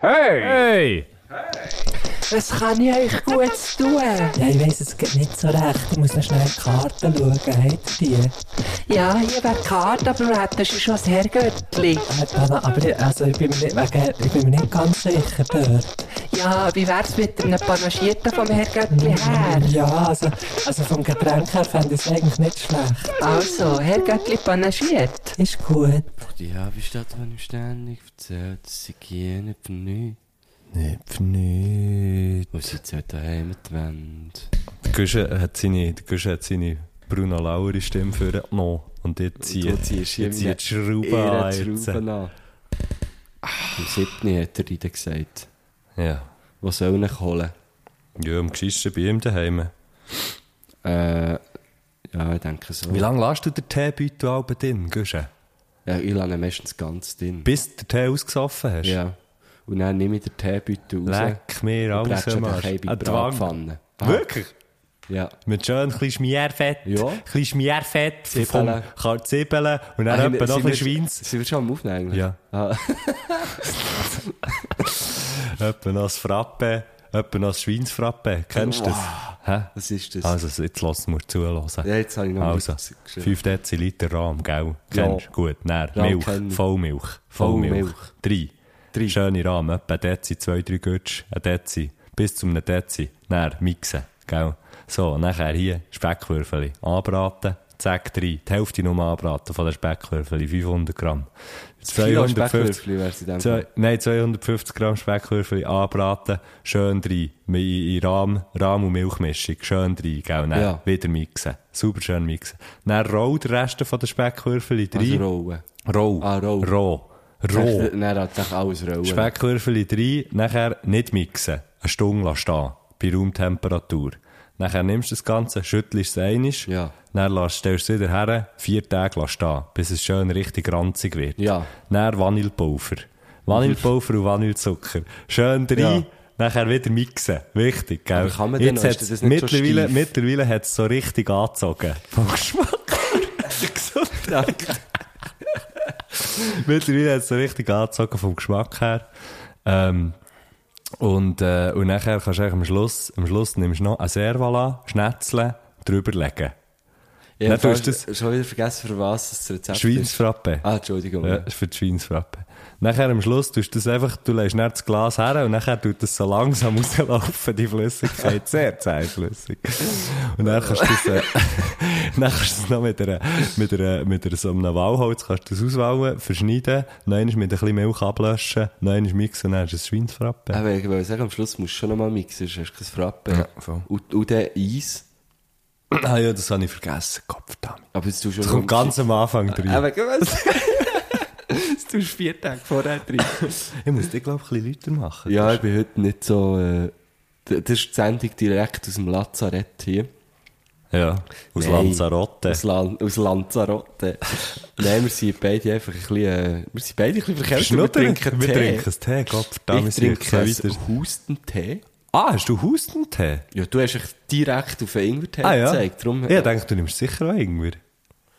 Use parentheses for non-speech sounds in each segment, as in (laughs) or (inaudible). Hey! Hey! Was kann ich euch Gutes tun? Ja, ich weiss, es geht nicht so recht. Ich muss noch schnell in die Karten schauen. Habt ihr die? Ja, hier wäre die Karte, aber wir hätten schon das Herrgöttli. Ah, Dana, aber ich, also, ich, bin mir nicht, wegen, ich bin mir nicht ganz sicher dort. Ja, wie wär's mit einem Panagierten vom Herrgöttli her? Ja, also, also vom Getränk her fände ich es eigentlich nicht schlecht. Also, Herrgöttli panagiert. Ist gut. Die halbe Stadt, wenn ich ständig erzählt, dass ich hier nicht für nichts. Nicht für nichts. Und sie zählt daheim die Wände. Der Guschen hat seine, der Guschen hat seine Bruno Lauer Stimme für no. Und jetzt zieht, ziehst jetzt ihm zieht die Schraube ihre an. Jetzt. Schrauben an. Am 7. hat er ihnen gesagt, Ja. was soll ich holen? Ja, am gescheitsten bei ihm daheim. Äh, ja, ich denke so. Wie lange lässt du den Teebeutel alle drin, Guschen? Ja, ich lasse ihn meistens ganz drin. Bis du den Tee ausgesoffen hast? Ja. Und dann nehme ich den Teebeutel raus. Leck mir und alles prätsche am den Arsch. Teig bei An die die Wange. Bratpfanne. Wirklich? Ja. Mit schön ein bisschen Schmierfett. Ja. Ein bisschen Schmierfett. Zwiebeln. Vom Kar- Zwiebeln. Und dann Ah, etwa noch ein sind wir- bisschen Schweins. Sind wir schon am Aufnehmen eigentlich? Ja. Ah, (laughs) Etwa noch ein Frappe. Etwa noch ein Schweinsfrappe. Kennst du das? Hä? was ist das? Also, jetzt lass mir zuhören. Ja, jetzt habe ich noch Also, was geschrieben. 5 Deziliter Rahm, gell? Ja. Kennst du? Gut, näher. Ja, Milch, kenn ich. Vollmilch, Vollmilch. Vollmilch. Drei. Drei. Schöne Rahm, etwa ein Dezi, zwei, drei Gutsch, ein Dezi. Bis zu einem Dezi. Näher mixen, gell? So, nachher hier Speckwürfel. Anbraten, zack, drei. Die Hälfte nur anbraten von den Speckwürfeln, 500 Gramm. Kilo 250 Speckwürfli wäre sie dann. Zwei, nein, 250 Gramm Speckwürfel anbraten, schön rein. In, in Rahm, Rahm und Milchmischung, schön rein, gell? Dann Ja. wieder mixen. Super schön mixen. Dann roh die Reste von den Speckwürfel Also rein. rollen. roh. Ah, roh. Roh. Roh. Dann dann hat er alles rollen. Speckwürfel rein, nachher nicht mixen. Eine Stunde lassen stehen, bei Raumtemperatur. Nachher nimmst du das Ganze, schüttelst es einisch, Ja. dann lass- stellst du es wieder her, vier Tage lassen stehen, bis es schön richtig ranzig wird. Ja. (laughs) Dann Vanillepulver. Vanillepulver und Vanillezucker. Schön rein, Ja. nachher wieder mixen. Wichtig, gell? Aber kann man denn Jetzt noch? Ist hat's- das nicht so mittlerweile, steif? mittlerweile hat es so richtig angezogen. Vom Geschmack. (laughs) Mittlerweile hat es so richtig angezogen vom Geschmack her. Ähm, und, äh, und nachher kannst du eigentlich am Schluss, am Schluss nimmst du noch ein Servala, schnetzeln, drüberlegen. Ich Nein, habe du hast fast schon wieder vergessen, für was das Rezept ist. Schweinsfrappe. Ah, Entschuldigung. Ja, ist für die Schweinsfrappe. Nachher am Schluss tust du das einfach, du lässt dann das Glas her und nachher tut das so langsam (laughs) rauslaufen, die Flüssigkeit. (laughs) Sehr zähflüssig. Und dann kannst du das, äh, (laughs) dann kannst du das noch mit einer, mit einer, mit einer, so einem Wallholz kannst du das auswählen, verschneiden, dann mit ein bisschen Milch ablöschen, dann mixen und dann ist es Schweinsfrappe. Aber ich wollte sagen, am Schluss musst du schon nochmal mixen, sonst hast du kein Frappe. Ja, voll. und, und dann Eis. Ah ja, das habe ich vergessen, Kopfdame. Aber jetzt tust du Das kommt (laughs) ganz am Anfang Äh, Aber drin. (laughs) was? das tust du vier Tage vorher drin. Ich muss dich, glaube ich, ein bisschen lauter machen. ja, ich bin heute nicht so... Äh, d- das ist die Sendung direkt aus dem Lazarett hier. Ja. Aus Nein. Lanzarote. Aus, Lan aus Lanzarote. Nein, wir sind beide einfach ein bisschen... Äh, wir sind beide ein bisschen verkältet. Schnuddern. Wir trinken Wir Tee. trinken Tee, Kopfdame. ich trinke einen Hustentee. Ah, hast du Hustentee? Ja, du hast dich direkt auf einen Ingwertee Ah ja. gezeigt. Darum, ich denke, du nimmst sicher auch Ingwer.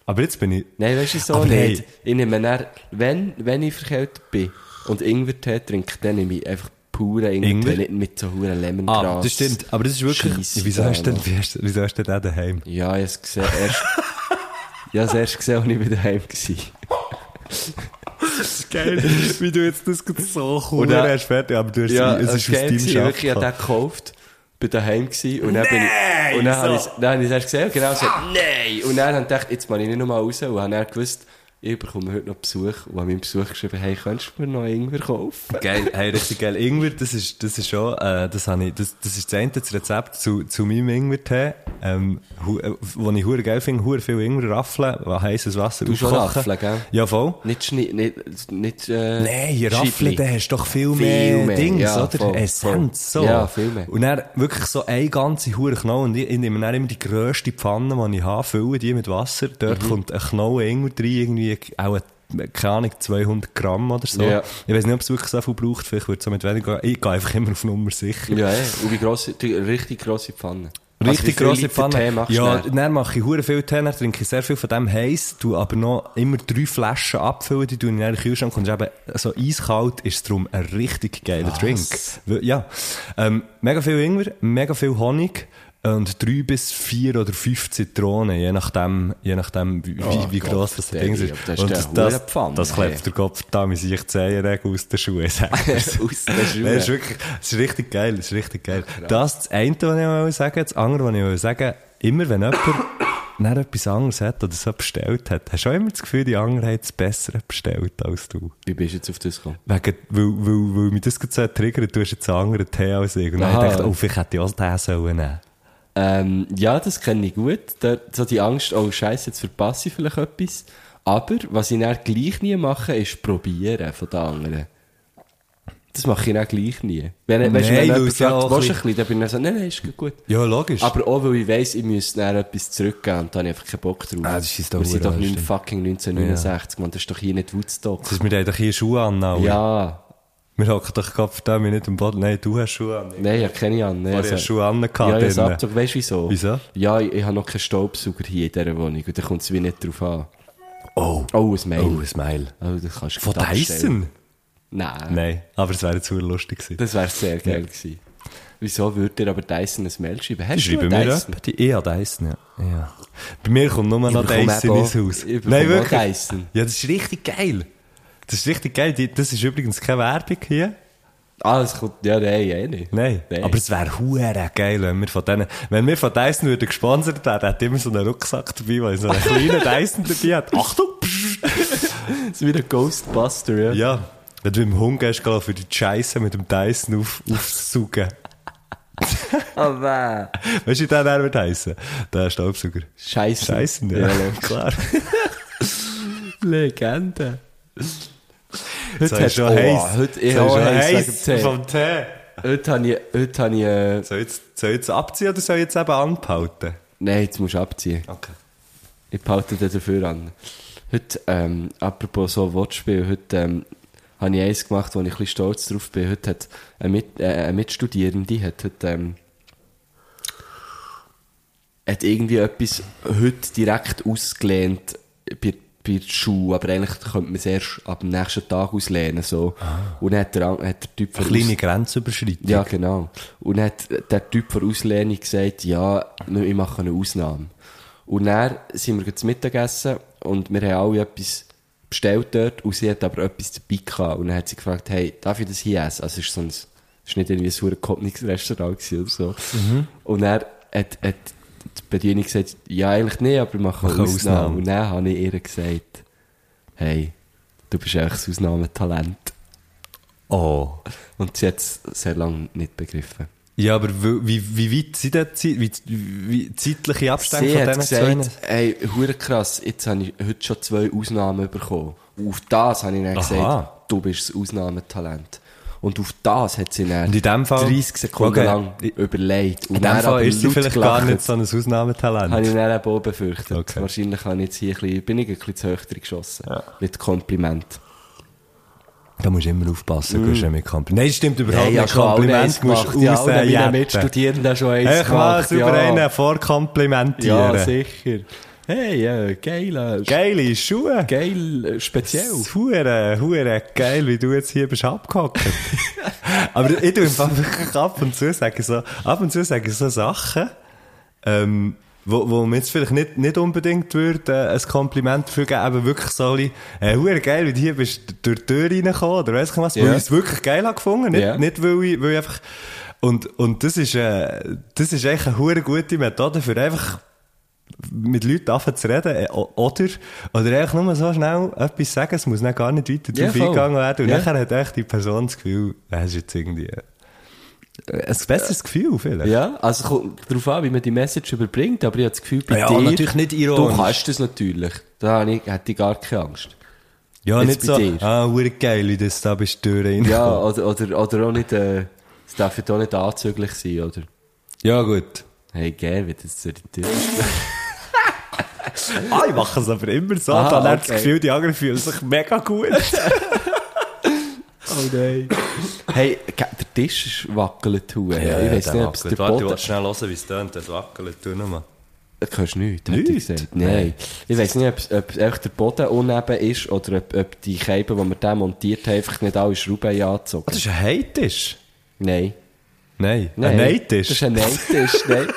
Aber jetzt bin ich... Nein, weißt du so Aber nicht. nein. Ich nehme dann, wenn, wenn ich verkältet bin und Ingwertee trinke, dann nehme ich einfach pure Ingwer? Ingwertee, nicht mit so hohen Lemongrass. Ah, das stimmt. Aber das ist wirklich... Scheisse wieso hast du denn, da wie hast- wieso hast du denn auch daheim? Ja, ich habe es gesehen. Erst, (laughs) ich habe es erst gesehen, als ich wieder heim war. Geil, wie du jetzt das so cool Und dann- hast fertig, aber du hast es ist das aus Geile deinem war, wirklich, Ich habe Schaft. den gekauft, bin daheim gewesen und dann bin ich... Und dann habe ich, dann habe ich es erst gesehen und genau so, nein! Und dann habe ich gedacht, jetzt muss ich nicht nochmal raus und habe dann gewusst, ich bekomme heute noch Besuch und habe meinem Besuch geschrieben, hey, könntest du mir noch Ingwer kaufen? Geil, hey, richtig geil. Ingwer, das ist, das ist schon, äh, das habe ich, das, das ist das eine, das Rezept zu, zu meinem Ingwer-Tee, ähm, hu, äh, wo ich hure geil finde, hure viel Ingwer raffeln, heißes Wasser Du schon aufkochen. raffeln, gell? Ja, voll. Nicht Schni... Nicht... nicht äh, Nein, Scheibli. Raffeln, da hast du doch viel, Viel mehr, mehr, Dings, ja, oder? voll, Essenz, voll. so. Ja, viel mehr. Und dann wirklich so eine ganze Hure Knolle. Und ich, ich nehme dann immer die grösste Pfanne, die ich habe, fülle die mit Wasser. Mhm. Dort kommt ein Knolle Ingwer drin, irgendwie auch ein, keine Ahnung, 200 Gramm oder so. Ja. Ich weiß nicht, ob es wirklich so viel braucht. Vielleicht würde es so mit weniger gehen. Ich gehe einfach immer auf Nummer sicher. Ja, ja. Und wie grosse... Die richtig grosse Pfanne. Also wie Richtig viel grosse Liter Pfanne. Tee machst du ja, dann? dann, mache ich hure viel Tee, dann trinke ich sehr viel von dem heiß, tu aber noch immer drei Flaschen abfüllen, die tue ich in den Kühlschrank und eben so eiskalt ist es darum ein richtig geiler Drink. Weil- Ja. Ähm, mega viel Ingwer, mega viel Honig und drei bis vier oder fünf Zitronen, je nachdem, je nachdem wie, wie- wie Oh Gott, gross das der Ding Ding, ist. aber das ist und der das, Hurenpfanne, das hey. klebt der Kopf da mit sich Zehenregel aus den Schuhen. sagt er. (laughs) Aus den Schuhen. Nein, das ist wirklich, das ist richtig geil, das ist richtig geil. Das ist das eine, was ich mal sagen Das andere, was ich mal sagen immer wenn jemand (coughs) dann etwas anderes hat oder so bestellt hat, hast du auch immer das Gefühl, die anderen haben es besser bestellt als du. Wie bist du jetzt auf das gekommen? Wegen, weil, weil, weil mich das gerade so triggert, du hast jetzt einen anderen Tee als ich. Und dann Aha. habe ich gedacht, oh, vielleicht hätte ich auch den sollen nehmen. Ähm, ja, das kenne ich gut. Da, so die Angst, oh Scheiße, jetzt verpasse ich vielleicht etwas. Aber was ich dann gleich nie mache, ist probieren von den anderen. Das mache ich dann gleich nie. Wenn, Nein, weißt, du, wenn weil jemand es ja fragt, auch willst du ein ein bisschen, dann bin ich dann so, nein, nein, ist gut, gut. Ja, logisch. Aber auch, weil ich weiss, ich müsste dann etwas zurückgeben und da habe ich einfach keinen Bock drauf. Ah, das ist doch Wir sind verdammt, doch nicht stimmt. fucking 1969, man, das ist doch hier nicht Woodstock. das ist, wir haben doch hier Schuhe an. Naui. Ja, Wir hocken doch Kopf da, wir nicht am Boden. Nein, du hast Schuhe an. Ich nein, ich kenne ich an. Nein, habe also- also, Schuhe an gehabt. Ja, ich drinnen. habe es weißt du wieso? Wieso? Ja, ich, ich habe noch keinen Staubsauger hier in dieser Wohnung und da kommt es wie nicht drauf an. oh, oh, Oh, ein Mail. ein Smile. Oh, das kannst du Von gerade abstellen. Dyson? Nein, Nein, aber es wäre jetzt super lustig gewesen. das wäre sehr geil gewesen. Wieso würde dir aber Dyson ein Mail schreiben? Hast du Schreiben wir einen E Dyson? jemanden? Ich habe Dyson, ja. ja. Bei mir kommt nur noch bekomme Dyson eben ins auch- Haus. ich bekomme auch Dyson. Ja, das ist richtig geil. Das ist richtig geil. Die- Das ist übrigens keine Werbung hier. Ah, es kommt... Ja, nein, eh nicht. Nein. Nein. Aber es wäre hure geil, wenn wir von denen, wenn wir von Dyson würden gesponsert werden, hätte immer so einen Rucksack dabei, weil so einen (laughs) kleinen Dyson dabei hat. Achtung! psch. es ist wie ein Ghostbuster, ja. Ja. Wenn du mit dem Hund gehst, geh für die Scheiße mit dem Dyson auf, aufsaugen. Oh, man. Weißt du, der der wird heissen? Der Staubsauger. Scheiße. Dyson, ja. ja. klar. Legende. Jetzt hat's- oh, heute- ja, heiss wegen dem Tee. vom Tee. Heute habe ich... Heute habe ich äh, Soll ich jetzt, soll ich jetzt abziehen oder soll ich jetzt eben anpalten? nein, jetzt musst du abziehen. Okay. Ich behalte den dafür an. Heute, ähm, apropos so Wortspiel, heute ähm, habe ich eins gemacht, wo ich ein bisschen stolz drauf bin. Heute hat eine, Mit, äh, eine Mitstudierende hat heute, ähm, hat irgendwie etwas heute direkt ausgelehnt bei, bei der Schule, aber eigentlich könnte man es erst ab dem nächsten Tag auslehnen. So. Und dann hat der, an- hat der Typ von Kleine Grenzüberschreitung. ja, genau. Und dann hat der Typ von der Auslehnung gesagt, ja, ich mache eine Ausnahme. Und dann sind wir gerade zu Mittagessen und wir haben alle etwas bestellt dort und sie hat aber etwas dabei gehabt. Und dann hat sie gefragt, hey, darf ich das hier essen? Also es ist so ein, es ist nicht irgendwie ein super Kopnix-Restaurant gewesen oder so. Mhm. Und dann hat, hat die Bedienung gesagt, ja, eigentlich nicht, aber ich mache eine Mache eine Ausnahme. Ausnahme. Und dann habe ich ihr gesagt, hey, du bist eigentlich das Ausnahmetalent. Oh. Und sie hat es sehr lange nicht begriffen. Ja, aber wie, wie, wie weit sind denn die, wie, wie zeitliche Abstände Sie von hat diesen gesagt, zwei? ey, hure krass, jetzt habe ich heute schon zwei Ausnahmen bekommen. Und auf das habe ich dann Aha. gesagt, du bist das Ausnahmetalent. Und auf das hat sie dann Und in dem Fall- 30 Sekunden Okay. lang überlegt. Und In dann dem Fall aber ist sie laut vielleicht gar gelacht. nicht so ein Habe ich Ausnahmetalent. dann eben auch befürchtet. Okay. Wahrscheinlich habe ich jetzt hier ein bisschen, bin ich ein bisschen zu hoch drin geschossen. Mit Kompliment. Da musst du immer aufpassen, mm. wenn mit Kompliment. Nein, stimmt überhaupt Nein, Mhm. ich habe nicht. schon alle Kompliment eins musst gemacht. du Ja, alle meine rausjäten. Mitstudierenden haben schon eins Ich mal gemacht. über einen ja. vorkomplimentieren. ja, sicher. Hey, äh, geil, äh, Geile Schuhe. geil, äh, speziell. Das hure, hure geil, wie du jetzt hier bist (laughs) abgehockt. Aber ich tu im Fall wirklich ab und zu sagen so, ab und zu sagen so Sachen, ähm, wo, wo mir jetzt vielleicht nicht, nicht unbedingt würde, äh, ein Kompliment dafür geben, aber wirklich so ein bisschen, äh, hure geil, wie du hier bist, durch die Tür reingekommen, oder weiss ich was, Ja. weil ich es wirklich geil habe gefunden, nicht, Ja. nicht weil ich, weil ich einfach, und, und das ist, äh, das ist eigentlich eine hure gute Methode für einfach, mit Leuten anfangen zu reden, äh, o- oder, oder einfach nur so schnell etwas sagen, es muss dann gar nicht weiter Ja, drauf voll. eingegangen werden. Und Ja. nachher hat echt die Person das Gefühl, das ist jetzt irgendwie äh, ein besseres Gefühl vielleicht. Ja, also kommt darauf an, wie man die Message überbringt, aber ich habe das Gefühl, bei Ja, dir... natürlich nicht ironisch. Du kannst das natürlich. Da habe ich, hätte ich gar keine Angst. Ja, Jetzt nicht bei so, dir. ah, hure geil, wie das da bist du rein. Ja, (laughs) oder, oder, oder auch nicht... äh, Es darf ja auch nicht anzüglich sein, oder? ja, gut. Hey, geil, wie das so die Tür Ah, ich mache es aber immer so, Ah, dann hat das okay. (laughs) Gefühl, die anderen fühlen sich mega gut. Oh nein. Hey, ge- der Tisch ist wackelt. hure. ich weiß nicht, ob es der Warte, ich Boden... will schnell hören, wie es tönt. Das wackelt, tu nochmal. Du kannst nichts, hätte ich Nichts? gesagt. Nein. Ich weiß nicht, ob, ob echt der Boden uneben ist oder ob, ob die Scheiben, die wir da montiert haben, einfach nicht alle Schrauben angezogen. Das ist ein Heitisch. Nein. Nein, Nein. ein Das ist Neitisch. ein Neitisch, nein.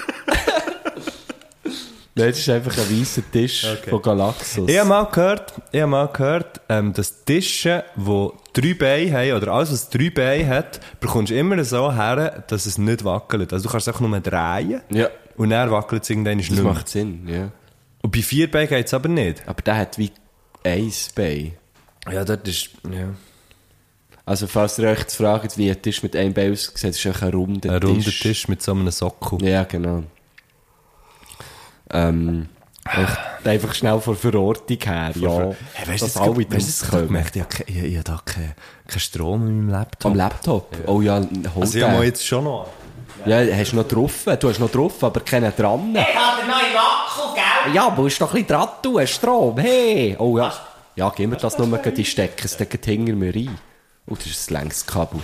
nein, das ist einfach ein weißer Tisch Okay. von Galaxus. Ich habe mal gehört, ich habe mal gehört ähm, dass Tische, die drei Beine haben, oder alles, was drei Beine hat, bekommst du immer so her, dass es nicht wackelt. Also du kannst es einfach nur drehen Ja. und dann wackelt es irgendwann nicht das mehr. macht Sinn, ja. Und bei vier Beinen geht es aber nicht. Aber der hat wie ein Bein. Ja, dort ist... Ja. Also, falls ihr euch jetzt fragt, wie ein Tisch mit einem Bein aussieht, ist es einfach ein runder Ein Tisch. runder Tisch mit so einem Sockel. Ja, genau. Ähm, echt, einfach schnell von Verortung her, ja. Hey, weißt du, dass das alle alle draus drauf kommen. gemerkt, ich habe keinen ich, ich hab da keinen keinen Strom in meinem Laptop. Am Laptop? Oh ja, hol also ich habe den. mal jetzt schon noch. Ja, hast du noch drauf? Du hast noch drauf, aber keinen dran. Ich habe den neuen Akku, gell? Ja, musst doch ein bisschen dran tun, Strom, hey! Oh ja. Ja, gib mir das nochmal, ich stecke es dann gleich hinter mir rein. Oh, das ist ein langes Kabel.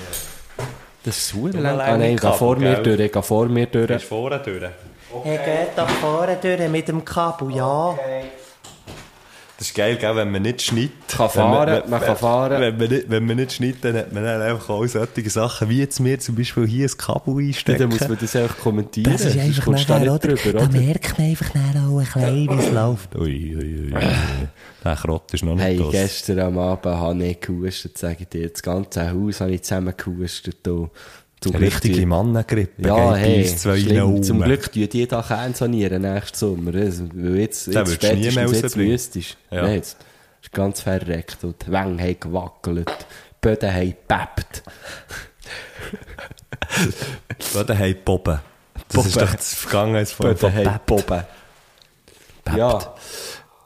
Das ist super lang. Ah nein, ich gehe vor mir durch, ich gehe vor mir durch. vorne durch. Er geht da vorne durch mit dem Kabel, ja. Das ist geil, gell, wenn man nicht schneidet. Kann wenn fahren, man kann wenn- fahren. Wenn man, nicht, wenn man nicht schneidet, dann hat man dann einfach auch solche Sachen, wie jetzt mir zum Beispiel hier ein Kabel einstecken. Dann muss man das einfach kommentieren. Das ist sonst einfach kommst du da nachher, nicht oder? Ah, drüber, Da oder? merkt man einfach nachher auch ein klein, wie es läuft. Ui, ui, ui, ui. Der Krott ist noch nicht Hey, das. gestern am Abend habe ich gehustet, sage ich dir. Das ganze Haus habe ich zusammen gehustet. hier. Zum Glück Richtige tue- Mannengrippe Ja, geht bei hey, uns zwei schlimm. rein um. Zum rum. Glück tun die da keinen sanieren nächsten Sommer. Das- weil Jetzt, jetzt würdest du nie mehr spätestens jetzt rausbringen. wüsstest. Ja. Nein, jetzt ist ganz verreckt und die Wänge haben gewackelt, die Böden haben gepeppt. Ja, dann haben die Bobben. Das ist Bobben. doch das Vergangenheitsform von Beb. gepoppt. Ja,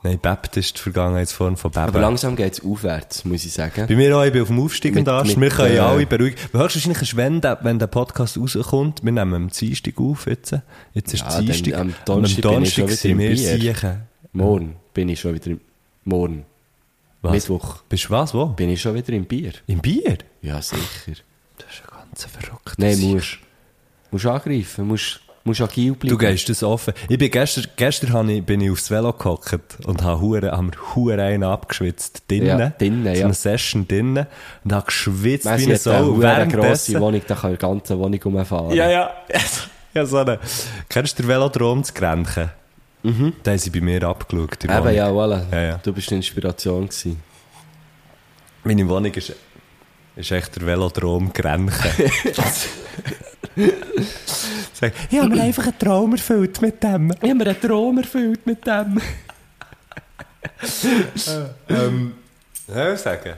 Nein, Bebt ist die Vergangenheitsform von aber Beben. langsam geht es aufwärts, muss ich sagen. Bei mir auch, ich bin auf dem Aufsteigen Mit- da. Wir mit, können ja äh, alle beruhigen. Höchstwahrscheinlich ist, wenn der, wenn der Podcast rauskommt, wir nehmen am Dienstag auf jetzt. Jetzt ist Ja, dann Dienstag. am Und Donnerstag bin ich schon wieder sind im wir Bier. sicher. Morgen bin ich schon wieder im... Morgen. Was? Mittwoch Bist du was, wo? bin ich schon wieder im Bier. Im Bier? Ja, sicher. Das ist ein ganz verrückter Nein, Sieg. musst. Musst angreifen, musst, musst agil bleiben. Du gehst das offen. Ich bin gestern, gestern habe ich, bin ich aufs Velo gehockt und habe hure, haben wir hure einen abgeschwitzt. Drinnen. Ja, drinnen, so ja. eine Session drinnen. Und habe geschwitzt Man wie sieht eine so Sau. eine grosse Währenddessen- Wohnung, da kann die ganze Wohnung umfahren. Ja, ja. (laughs) ja, so eine. Kennst du den Velodrom zu Grenchen? Mhm. Ah, Den haben sie bei mir abgeschaut. in der Eben, Wohnung. ja, voilà. Ja, ja. Du bist eine Inspiration gewesen. Meine Wohnung ist, ist echt der Velodrom (laughs) Grenchen. Sag, ich habe mir einfach einen Traum erfüllt mit dem. Ich habe mir einen Traum erfüllt mit dem. Ehm, Ja, sagen.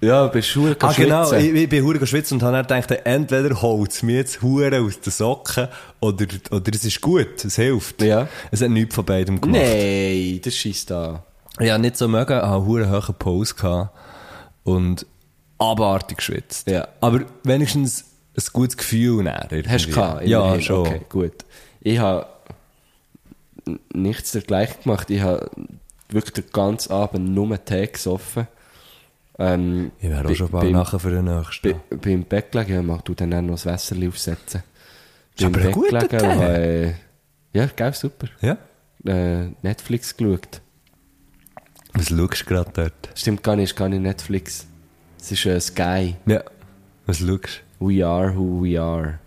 Ja, bist du Ah, genau. Ich, Ich, ich bin hure geschwitzt und habe dann gedacht, entweder holt es mir jetzt hure aus den Socken oder, oder es ist gut, es hilft. Ja. Es hat nichts von beidem gemacht. Nein, das schießt da. Ja, nicht so mögen, habe einen hohen Pause gehabt und abartig geschwitzt. Ja. Aber wenigstens ein gutes Gefühl näher. Hast du gehabt? Ja, immerhin. schon. Okay, gut. Ich habe n- nichts dergleichen gemacht. Ich habe wirklich den ganzen Abend nur Tee gesoffen. Ähm, Ich wäre bei- auch schon bald beim- nachher für den nächsten. Bei, beim Bett gelegen, ja, mach du dann auch noch das Wässerli aufsetzen. Ist aber ein guter gelegen, Tee. habe, äh, ja, gell, super. ja? Äh, Netflix geschaut. Was schaust du gerade dort? Stimmt gar nicht, ist gar nicht Netflix. Es ist äh, Sky. Ja. Was schaust We are who we are.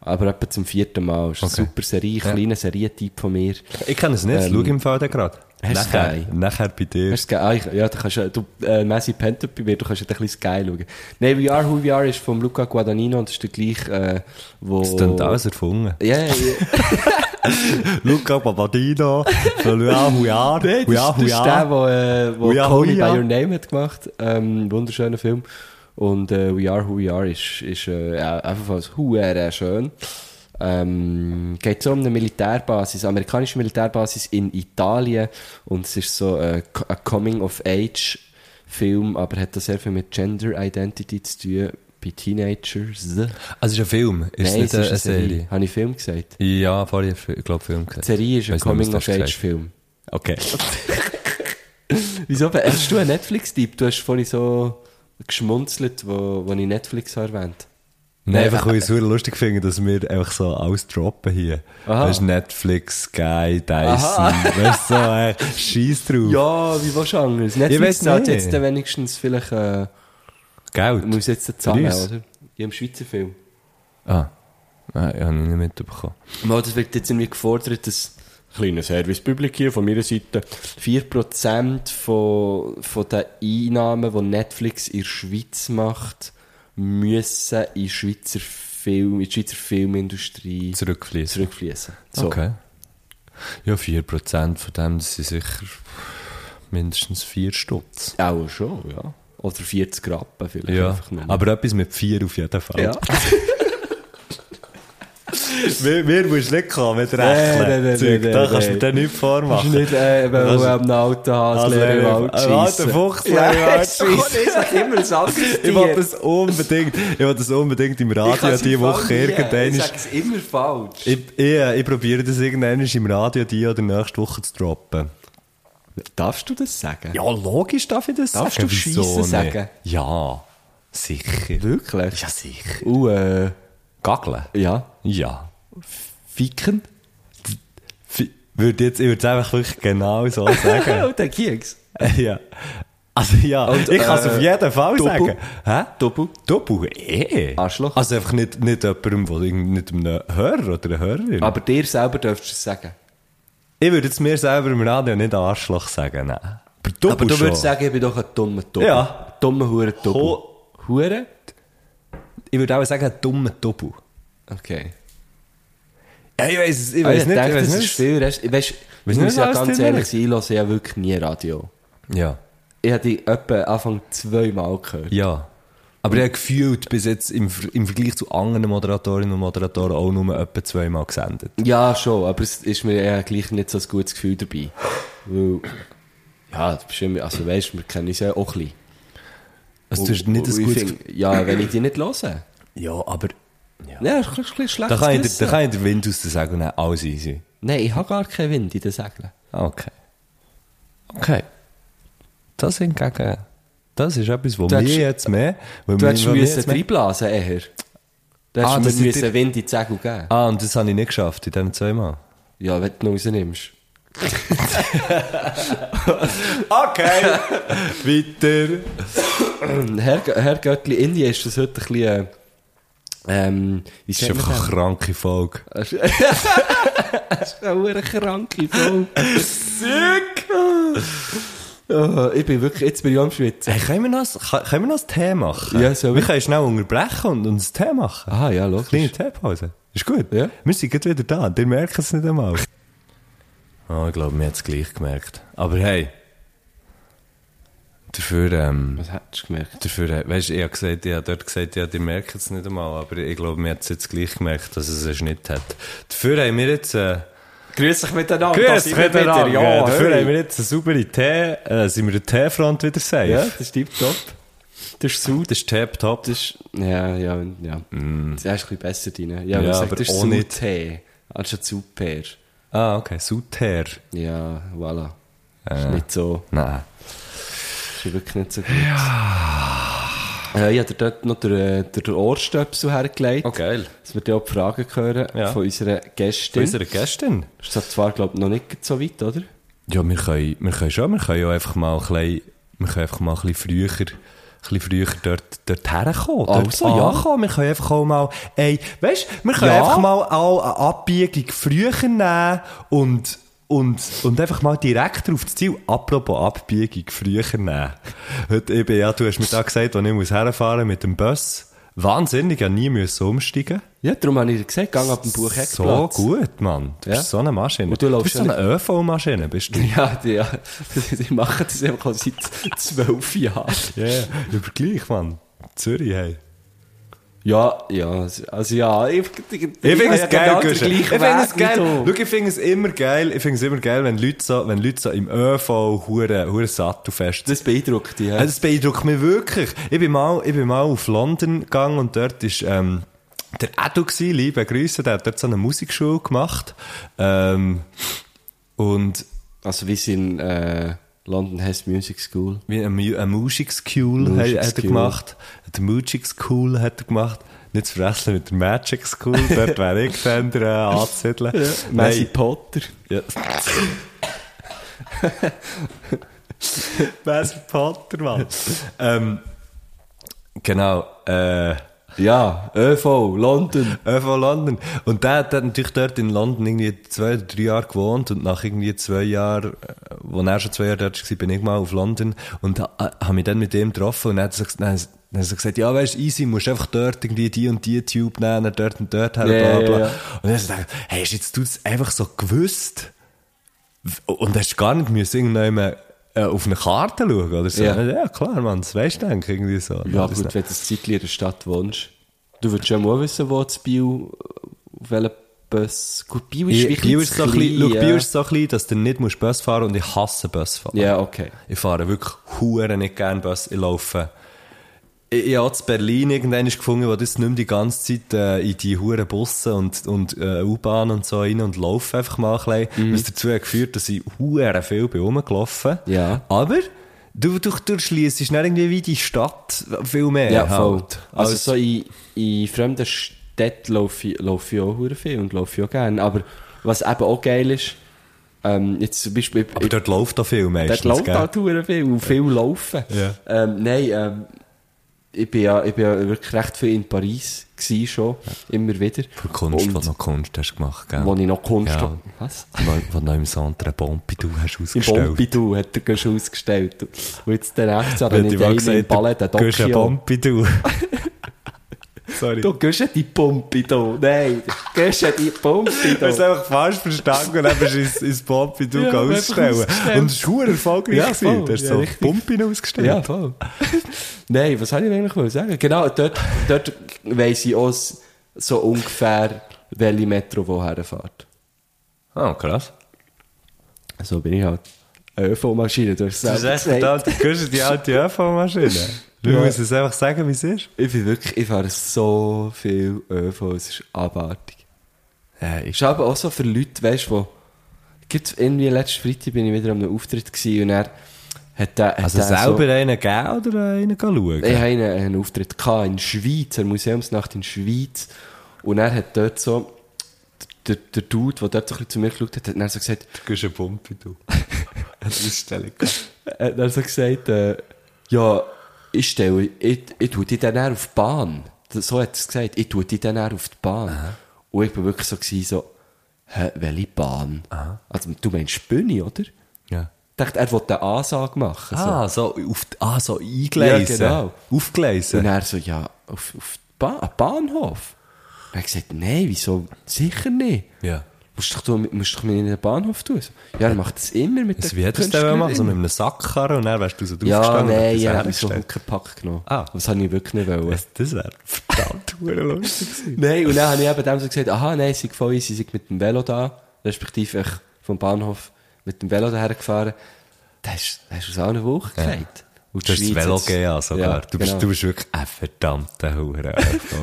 Aber etwa zum vierten Mal. Ist Okay. eine super Serie, Ja. kleiner Serientyp von mir. du? Ich kann es nicht, Ähm, schau im Fall dann gerade. hast du Nachher, Sky? nachher bei dir. Hast du Sky? Ah, ich, ja, du kannst, äh, du, äh, Messi pennt dort bei mir, du kannst ja ein bisschen Sky schauen. Nein, We are who we are ist von Luca Guadagnino und das ist der gleiche, äh, wo... Das klingt alles (laughs) erfunden. Ja, ja, ja. Luca (laughs) Babadino, Julia Hujar, Nein, das, Hujar, das ist der, Hujar. wo, äh, wo We Are Call Who Me By We Are. Your Name hat gemacht. Ähm, wunderschöner Film. Und äh, We Are Who We Are ist, ist äh, äh, ebenfalls huere schön. Ähm, geht so um eine Militärbasis, amerikanische Militärbasis in Italien. Und es ist so äh, co- ein Coming-of-Age-Film, aber hat da sehr viel mit Gender Identity zu tun bei Teenagers. Nein, Also, es ist ein Film, ist es nicht eine, eine Serie? Habe ich Film gesagt? Ja, vorher, ich glaube, Film. Die Serie ist ein Weiss nicht, was du hast Coming-of-Age-Film. Okay. Wieso? be- Hast du einen Netflix-Tipp? Du hast vorhin so geschmunzelt, wo, wo ich Netflix habe erwähnt Nein, einfach, weil ich es verdammt lustig finde, dass wir einfach so alles droppen hier. Aha. Weißt du, Netflix, Sky, Dyson. (laughs) Weißt du, so, äh, scheiß drauf. Ja, wie willst du anders? weiss Netflix zahlt nicht. jetzt dann wenigstens vielleicht, äh, Geld. muss jetzt dann zahlen, Preis. oder? Ja, im Schweizer Film. Ah. Nein, ich habe ihn nicht mitbekommen. Mal, das wird jetzt irgendwie gefordert, dass kleiner Servicepublik hier von meiner Seite 4% von, von den Einnahmen, die Netflix in der Schweiz macht, müssen in, Schweizer Film, in die Schweizer Filmindustrie Zurückfließen. zurückfließen. So. Okay. Ja, 4% von dem, das sind sicher mindestens 4 Stutz. Auch schon, ja. Oder 40 Rappen vielleicht. Ja, einfach nur. aber etwas mit 4 auf jeden Fall. (laughs) ja. Wir, wir musst nicht kommen mit Nein, Rechnen. nein, nein, Zeug, nein, da nein, kannst du nein. mir dann nichts Das vormachen. ist (laughs) nicht, äh, wenn Also- du am Auto hast, Also, äh, leer im Wald ein alter schiessen. Fuchs, (laughs) leer Ja, im Wald ist doch nicht, schiessen. ist doch immer ein anderes Ich Tier. will das unbedingt, ich will das unbedingt im Ich Radio kann's diese im Woche Fall nie. irgendwann. Ich Ich, sage es immer falsch. ich, äh, ich, ich probiere das irgendwann im Radio diese oder nächste Woche zu droppen. Darfst du das sagen? Ja, logisch darf ich das Darfst sagen. du Wieso Scheisse nicht? sagen? Ja, sicher. Wirklich? Ja, sicher. Uh, äh, Gaggeln? ja. Ja. Ficken? F- Würde jetzt, ich würde es einfach wirklich genau (laughs) so sagen. Und dann Keks. ja. Also ja, Und, ich kann es äh, auf jeden Fall Doppel? sagen. Hä? Doppel? Doppel? Eh. Arschloch. Also einfach nicht, nicht jemandem, wo- nicht einem Hörer oder einer Hörerin. Aber dir selber darfst du es sagen. Ich würde jetzt mir selber im Radio nicht Arschloch sagen, nein. Aber Doppel Aber du schon. würdest sagen, ich bin doch ein dummer Doppel. Ja. Dummer Hure Doppel. Ho- Hure? ich würde auch sagen, dummer Doppel. Okay. Ja, ich weiß es, ich Aber weiß Ah, ich nicht, denke, ich das weiß ist nicht. viel Rest. Weißt, ich Weiss muss nicht, ja was ganz dir ehrlich sein, ich höre ja wirklich nie Radio. Ja, Ich habe die etwa Anfang zweimal gehört. ja. Aber ich habe gefühlt bis jetzt im, Ver- im Vergleich zu anderen Moderatorinnen und Moderatoren auch nur etwa zweimal gesendet. Ja, schon, aber es ist mir eher gleich nicht so ein gutes Gefühl dabei. Weil, ja, das bestimmt, also weißt du, wir kennen uns ja auch ein bisschen. Also, du hast nicht ein Und Oh, ich gutes find, Ja, wenn ich die nicht höre. Ja, aber. Ja, das ist ein bisschen schlecht. Da kann, ich, dir- da kann ich den Wind aus den Segeln nehmen, alles easy. Ah, Nein, ich habe gar keinen Wind in den Segeln. Okay. Okay. Das hingegen, das ist etwas, was Du mir hättest- jetzt mehr... weil Du mir- hättest weil mir müssen jetzt mehr- reinblasen eher. Du Ah, das hättest mir sind müssen die- Wind in die Segel geben. Ah, und das habe ich nicht geschafft, in diesen zweimal. Ja, wenn du ihn rausnimmst. Okay, (laughs) weiter. Herr, Herr Göttli, Indien ist das heute ein bisschen... äh, Ähm, wie Das ist sagt einfach man eine kranke Folge. das? Das ist auch eine kranke Folge. Sick! Oh, ich bin wirklich... Jetzt bin ich am Schwitzen. Hey, können, wir noch, ein- kann- können wir noch ein Tee machen? Ja, soll Wir ich? können schnell unterbrechen und uns ein Tee machen. Ah ja, logisch. Kleine Teepause. Ist gut. Ja. Wir sind gerade wieder da. Ihr merkt es nicht einmal. Ah, ich glaube, wir haben es gleich gemerkt. Aber hey. Dafür, ähm, Was hättest du gemerkt? dafür, äh, weißt du, ich habe gesagt, ich habe dort gesagt, ja, ihr merkt es nicht einmal, aber ich glaube, wir haben es jetzt gleich gemerkt, dass es einen Schnitt hat. Dafür haben wir jetzt, äh, Grüß dich miteinander. da Grüß, sind wir wieder wieder. Ja, Dafür hoi. haben wir jetzt eine saubere Tee, äh, sind wir der Teefront wieder safe. Ja, das ist tiptop. Das ist sauer. Das ist Tab-Top. Das ist, ja, ja, ja. Das ist ein bisschen besser drin. Ja, Ja, ja aber aber das auch ist Also nicht. nicht. Tee. Anstatt super. Ah, okay, Sauter. Ja, voilà. Ist nicht so. Nein. Ist wirklich nicht so gut. Ja. Äh, ich habe dir dort noch den, äh, den Ohrstöpsel hergelegt. Oh, geil. Dass wir dir auch die Fragen hören Ja. von unserer Von Gästin. unserer Gästin? Ist das zwar, glaube ich, noch nicht so weit, oder? Ja, wir können, wir können schon, wir können ja einfach mal ein bisschen, wir können einfach mal ein bisschen früher, ein bisschen früher dort, dort herkommen. Dort Also, ja. ankommen. Wir können einfach auch mal, ey, weißt, wir können Ja. einfach mal auch eine Abbiegung früher nehmen und, und, und einfach mal direkt auf das Ziel. Apropos Abbiegung früher nehmen. Heute eben, ja, du hast mir da gesagt, wann ich muss herfahren mit dem Bus. Wahnsinnig, ich hab nie müssen umsteigen. Ja, darum habe ich dir gesagt, gang ab dem Buch So gut, Mann. Du Ja. bist so eine Maschine. Und du du läufst bist so ja eine ÖV-Maschine, bist du. (laughs) Ja, die, ja. (laughs) die machen das einfach auch seit zwölf Jahren. Ja, yeah. aber gleich, Mann. Zürich, hey. Ja, ja, also ja, ich, ich, genau Ich finde es geil, Ich Guschen. Ich finde finde es geil. Schau, ich finde es immer geil. Ich finde es immer geil, wenn Leute so, wenn Leute so im ÖV hure, hure sattelfest sind. Das beeindruckt dich, ja. Das beeindruckt mich wirklich. Ich bin mal, ich bin mal auf London gegangen und dort ist, ähm, der Edu gsi, liebe Grüße, der hat dort so eine Musikschule gemacht. Ähm, und Also wie sind, äh, London Has Music School. Wie ein, Mu- ein Musikskul hat, Musikskul. hat er gemacht. Der Musikskul hat er gemacht. Nicht zu verwechseln mit der Magic (laughs) School, dort wäre ich dann äh, anzusiedeln. Messi Nein, Potter. (laughs) Ja. Messi Potter, Mann. ähm, genau, äh, Ja, ÖV, London. (laughs) von London. Und der, der hat natürlich dort in London irgendwie zwei oder drei Jahre gewohnt und nach irgendwie zwei Jahren, äh, wo er schon zwei Jahre dort war, bin ich mal auf London und ha- ha- habe mich dann mit dem getroffen und er hat so ges- dann hat dann hat er so gesagt, ja weißt easy, musst einfach dort irgendwie die und die Tube nehmen, dann dort und dort her, Ja, bla ja, bla. ja. Und dann hat er so gedacht, hey, hast jetzt du das einfach so gewusst? Und hast gar nicht müssen irgendwann äh, auf eine Karte schauen oder so. Ja. Ja, klar, Mann, das weisst du eigentlich irgendwie so. Ja, Das- gut, wenn du ein Zeitchen in der Stadt wohnst. Du würdest schon mal wissen, wo das Bio, auf welchen Bus. Gut, Bio ist Ich, wirklich Bio ist so klein, schau, ja. Bio ist so klein, dass du nicht musst Bus fahren und ich hasse Bus fahren. äh, ja, okay. Ich fahre wirklich hure nicht gerne Bus, ich laufe. Ich, ich habe in Berlin irgendwann gefunden, wo das nicht mehr die ganze Zeit äh, in die huren Busse und, und äh, U-Bahn und so rein und laufe einfach mal ein bisschen. Mhm. Was dazu hat geführt, dass ich hure viel bin rumgelaufen. Ja. Aber du, du, du schließt nicht irgendwie wie die Stadt viel mehr. halt. Ja, voll. Also, Als- so in, in fremden Städten laufe ich, laufe ich auch hure viel und laufe ich auch gerne. Aber was eben auch geil ist, ähm, jetzt zum Beispiel... aber dort läuft da viel meistens. Dort läuft gell? halt hure viel und viel laufen. Ja. Ähm, nein, ähm, ich bin ja, ich bin ja wirklich recht viel in Paris gsi schon, immer wieder. Für Kunst, Und- was noch Kunst hast du gemacht, gell? Wo ich noch Kunst Ja. hab. Was? Wo du im Centre Pompidou hast Im ausgestellt. Pompidou hat der Gusch ausgestellt. Und jetzt der rechts, aber Wenn nicht ich mal einen im gesagt Ballet, der habe, gehst du ein Tokio. Pompidou. (laughs) Sorry. Du Du gehst ja die Pompidou. Nein, du gehst ja die Pompidou. hast einfach falsch verstanden und dann bist du ins, ins Pompidou (laughs) Ja, ja, einfach ausstellen. ausgestellt. Und es war verdammt erfolgreich. Ja, Ja, voll. Du hast Ja, so richtig. Pumpin ausgestellt. (laughs) Ja, voll. (laughs) Nein, was wollte ich eigentlich wollen sagen? Genau, dort, dort weiss ich auch so ungefähr, welche Metro woher fährt. Ah, krass. So bin ich halt. Eine ÖV-Maschine, du hast Du es hast echt selber gesagt. verdammt, du gehst die alte ÖV-Maschine. Du Ja. musst es einfach sagen, wie es ist. Ich bin wirklich, ich fahre so viel ÖV, es ist abartig. Äh, Ist aber auch so für Leute, weißt du, die... Gibt's irgendwie, letzten Freitag bin ich wieder an einem Auftritt gewesen und er hat der, hat also der selber So, einen geben oder einen schauen? ich hatte einen, einen Auftritt gehabt in der Schweiz, eine Museumsnacht in der Schweiz und er hat dort so, der, der Dude, der dort so ein bisschen zu mir geschaut hat, hat dann so gesagt, Du gehst ein (laughs) Pompidou. Ausstellung. Er hat dann so gesagt, äh, ja, ich stelle, ich, ich tue dich dann eher auf die Bahn. So hat er es gesagt, ich tue dich dann eher auf die Bahn. Und ich war wirklich so, gewesen, so, hä, welche Bahn? Also, du meinst Bühne, oder? Ich Ja. dachte, er wollte eine Ansage machen. Ah, so, auf, ah, so eingleisen. Ja, genau. So. Und Aufgleisen. er so, ja, auf, auf die Bahn, am Bahnhof. Und er hat gesagt, nein, wieso? Sicher nicht. Ja. Musst doch, du, musst doch mir in den Bahnhof tun. So, Ja, er macht das immer mit Also, wie hättest du das denn machen? So Künstlerin. mit einem Sackkarren und dann wärst du so Ja, und nein, hättest ich das habe mich so einen hergestellt. Huckenpack genommen. Ah. Das habe ich wirklich nicht wollen. Das, das wäre (laughs) verdammt verdammt lustig gewesen. nein, und dann habe ich eben dem so gesagt, aha, nein, sie voll easy, sie sind mit dem Velo da, respektive ich vom Bahnhof mit dem Velo daher gefahren. Das hast das hast du aus einer Woche gesagt. Und Du hast das Velo ja genau. gegeben sogar. du, bist, du bist wirklich ein verdammter (laughs) Hure.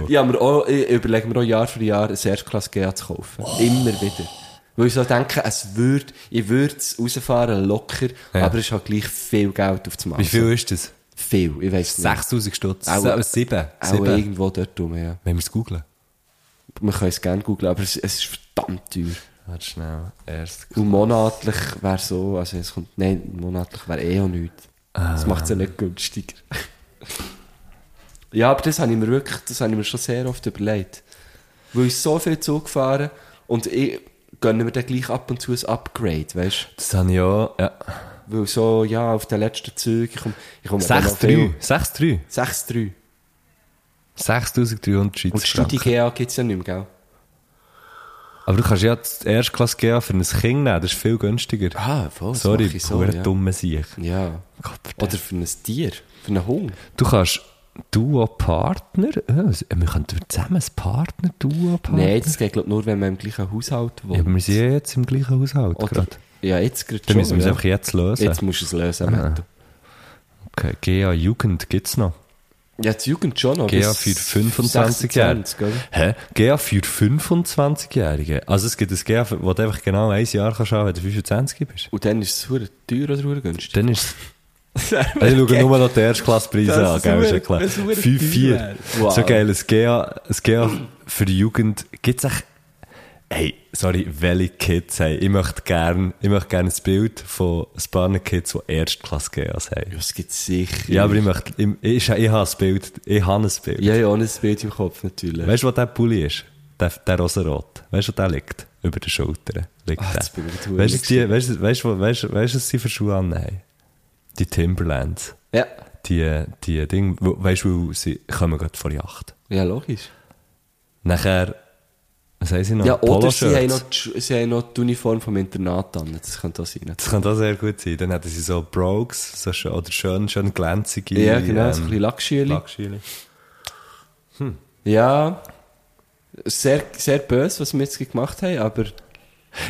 Ich, habe mir auch, ich überlege mir auch Jahr für Jahr ein Erstklasse GA zu kaufen. Oh. Immer wieder. Weil ich so denke, es würd, ich würde es rausfahren, locker, Ja. aber es ist halt gleich viel Geld auf dem Wie viel ist das? Viel, ich weiß nicht. 6000 Stutz? also- Auch- Sieben? Sieben? Auch irgendwo dort rum, ja. Wenn wir es googeln. Man kann es gerne googeln, aber es, es ist verdammt teuer. Warte schnell. Erst. Und monatlich wäre so, also es kommt, nein, monatlich wäre eh auch nichts. Das macht es ja nicht günstiger. ja, aber das habe ich mir wirklich, das habe ich mir schon sehr oft überlegt. Weil ich so viel Zug gefahren und ich gönne mir dann gleich ab und zu ein Upgrade, weißt Das habe ich auch. Ja. du? Weil so, ja, auf den letzten Zug, ich komme... Ich komme dann noch 6-3. 6-3. viel- 6,3. 6300 Und die Schweizer Studie Franken. GA gibt es ja nicht mehr, gell? Aber du kannst ja das Erstklasse GA für ein Kind nehmen, das ist viel günstiger. Ah, voll, das Sorry, mache ich so, pure ja. äh. dumme Sieg. Ja. Oder für ein Tier, für einen Hund. Du kannst Duo-Partner, äh, wir könnten zusammen ein Partner-Duo-Partner. Nein, das geht glaub, nur, wenn man im gleichen Haushalt wohnt. ja, aber wir sind ja jetzt im gleichen Haushalt Oder, gerade. Oh, ja, jetzt gerade Dann müssen wir es ja. einfach jetzt Ah. lösen. Jetzt musst du es lösen, Matto. Okay, GA Jugend gibt's noch. Ja, die Jugend schon noch. GA bis für 25-Jährige. 26, oder? Hä? GA für 25-Jährige? Also es gibt ein GA, für- wo du einfach genau ein Jahr kannst haben, wenn du 25 bist. Und dann ist es verdammt teuer oder verdammt günstig. Dann ist Also, Ich schaue nur noch die Erstklasspreise Das an, ist gell, ist ja super- klar. das ist super 5-4. teuer. Wow. So geil, ein GA, ein GA für die Jugend gibt's echt, hey, sorry, welche Kids haben? Ich möchte gern, ich möchte gern ein Bild von ein paar Kids, die Erstklass GAs haben. Ja, es gibt sicher. Ja, aber ich möchte, ich, ich, ich habe ein Bild, ich habe ein Bild. Ja, ja, ohne ein Bild im Kopf natürlich. Weißt du, wo der Pulli ist? Der, der rosarot. Weißt du, wo der liegt? Über den Schultern. Liegt Ah, der. das bin ich verdammt Weißt du, was die- weißt du, weißt du, weißt du, weißt du, was sie für Schuhe anhaben? Die Timberlands. Ja. Die, die Dinge, wo- weißt du, weil sie kommen gerade vor Yacht. Ja, logisch. Nachher, was haben sie noch? Ja, oder sie Poloshirts. haben, noch die, Schu- sie haben noch die Uniform vom Internat an. Das könnte auch sein. Das kann auch sehr gut sein. Dann hatten sie so Brogues, so schön, oder schön, schön glänzige. Ja, genau, ähm, so ein bisschen Lackschüli. Lackschüli. Ja, sehr, sehr böse, was wir jetzt gemacht haben, aber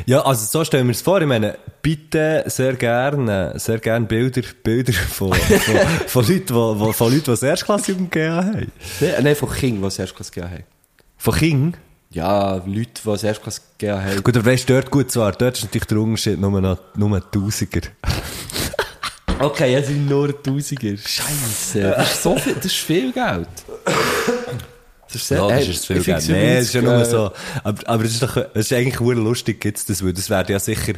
Ja, also so stellen wir es vor. Ich meine, bitte sehr gerne, sehr gerne Bilder, Bilder von, (laughs) von, von Leuten, wo, wo, von Leuten, die das Erstklassjugend gegeben haben. nein, nein, von Kindern, die das Erstklasse gegeben haben. Von King. Ja, Leute, die das Erstklasse gegeben haben. Gut, aber weißt du, dort gut zwar, dort ist natürlich der Unterschied nur noch, nur Tausiger. Okay, es sind nur Tausiger. Scheiße, das ist so viel, das ist viel Geld. Das ist Ja, das ey, ist zu viel ich find's Geld. Nee, es ist übrigens, ja nur äh, so. Aber, aber es ist doch, es ist eigentlich hure lustig, gibt's das, weil das wäre ja sicher,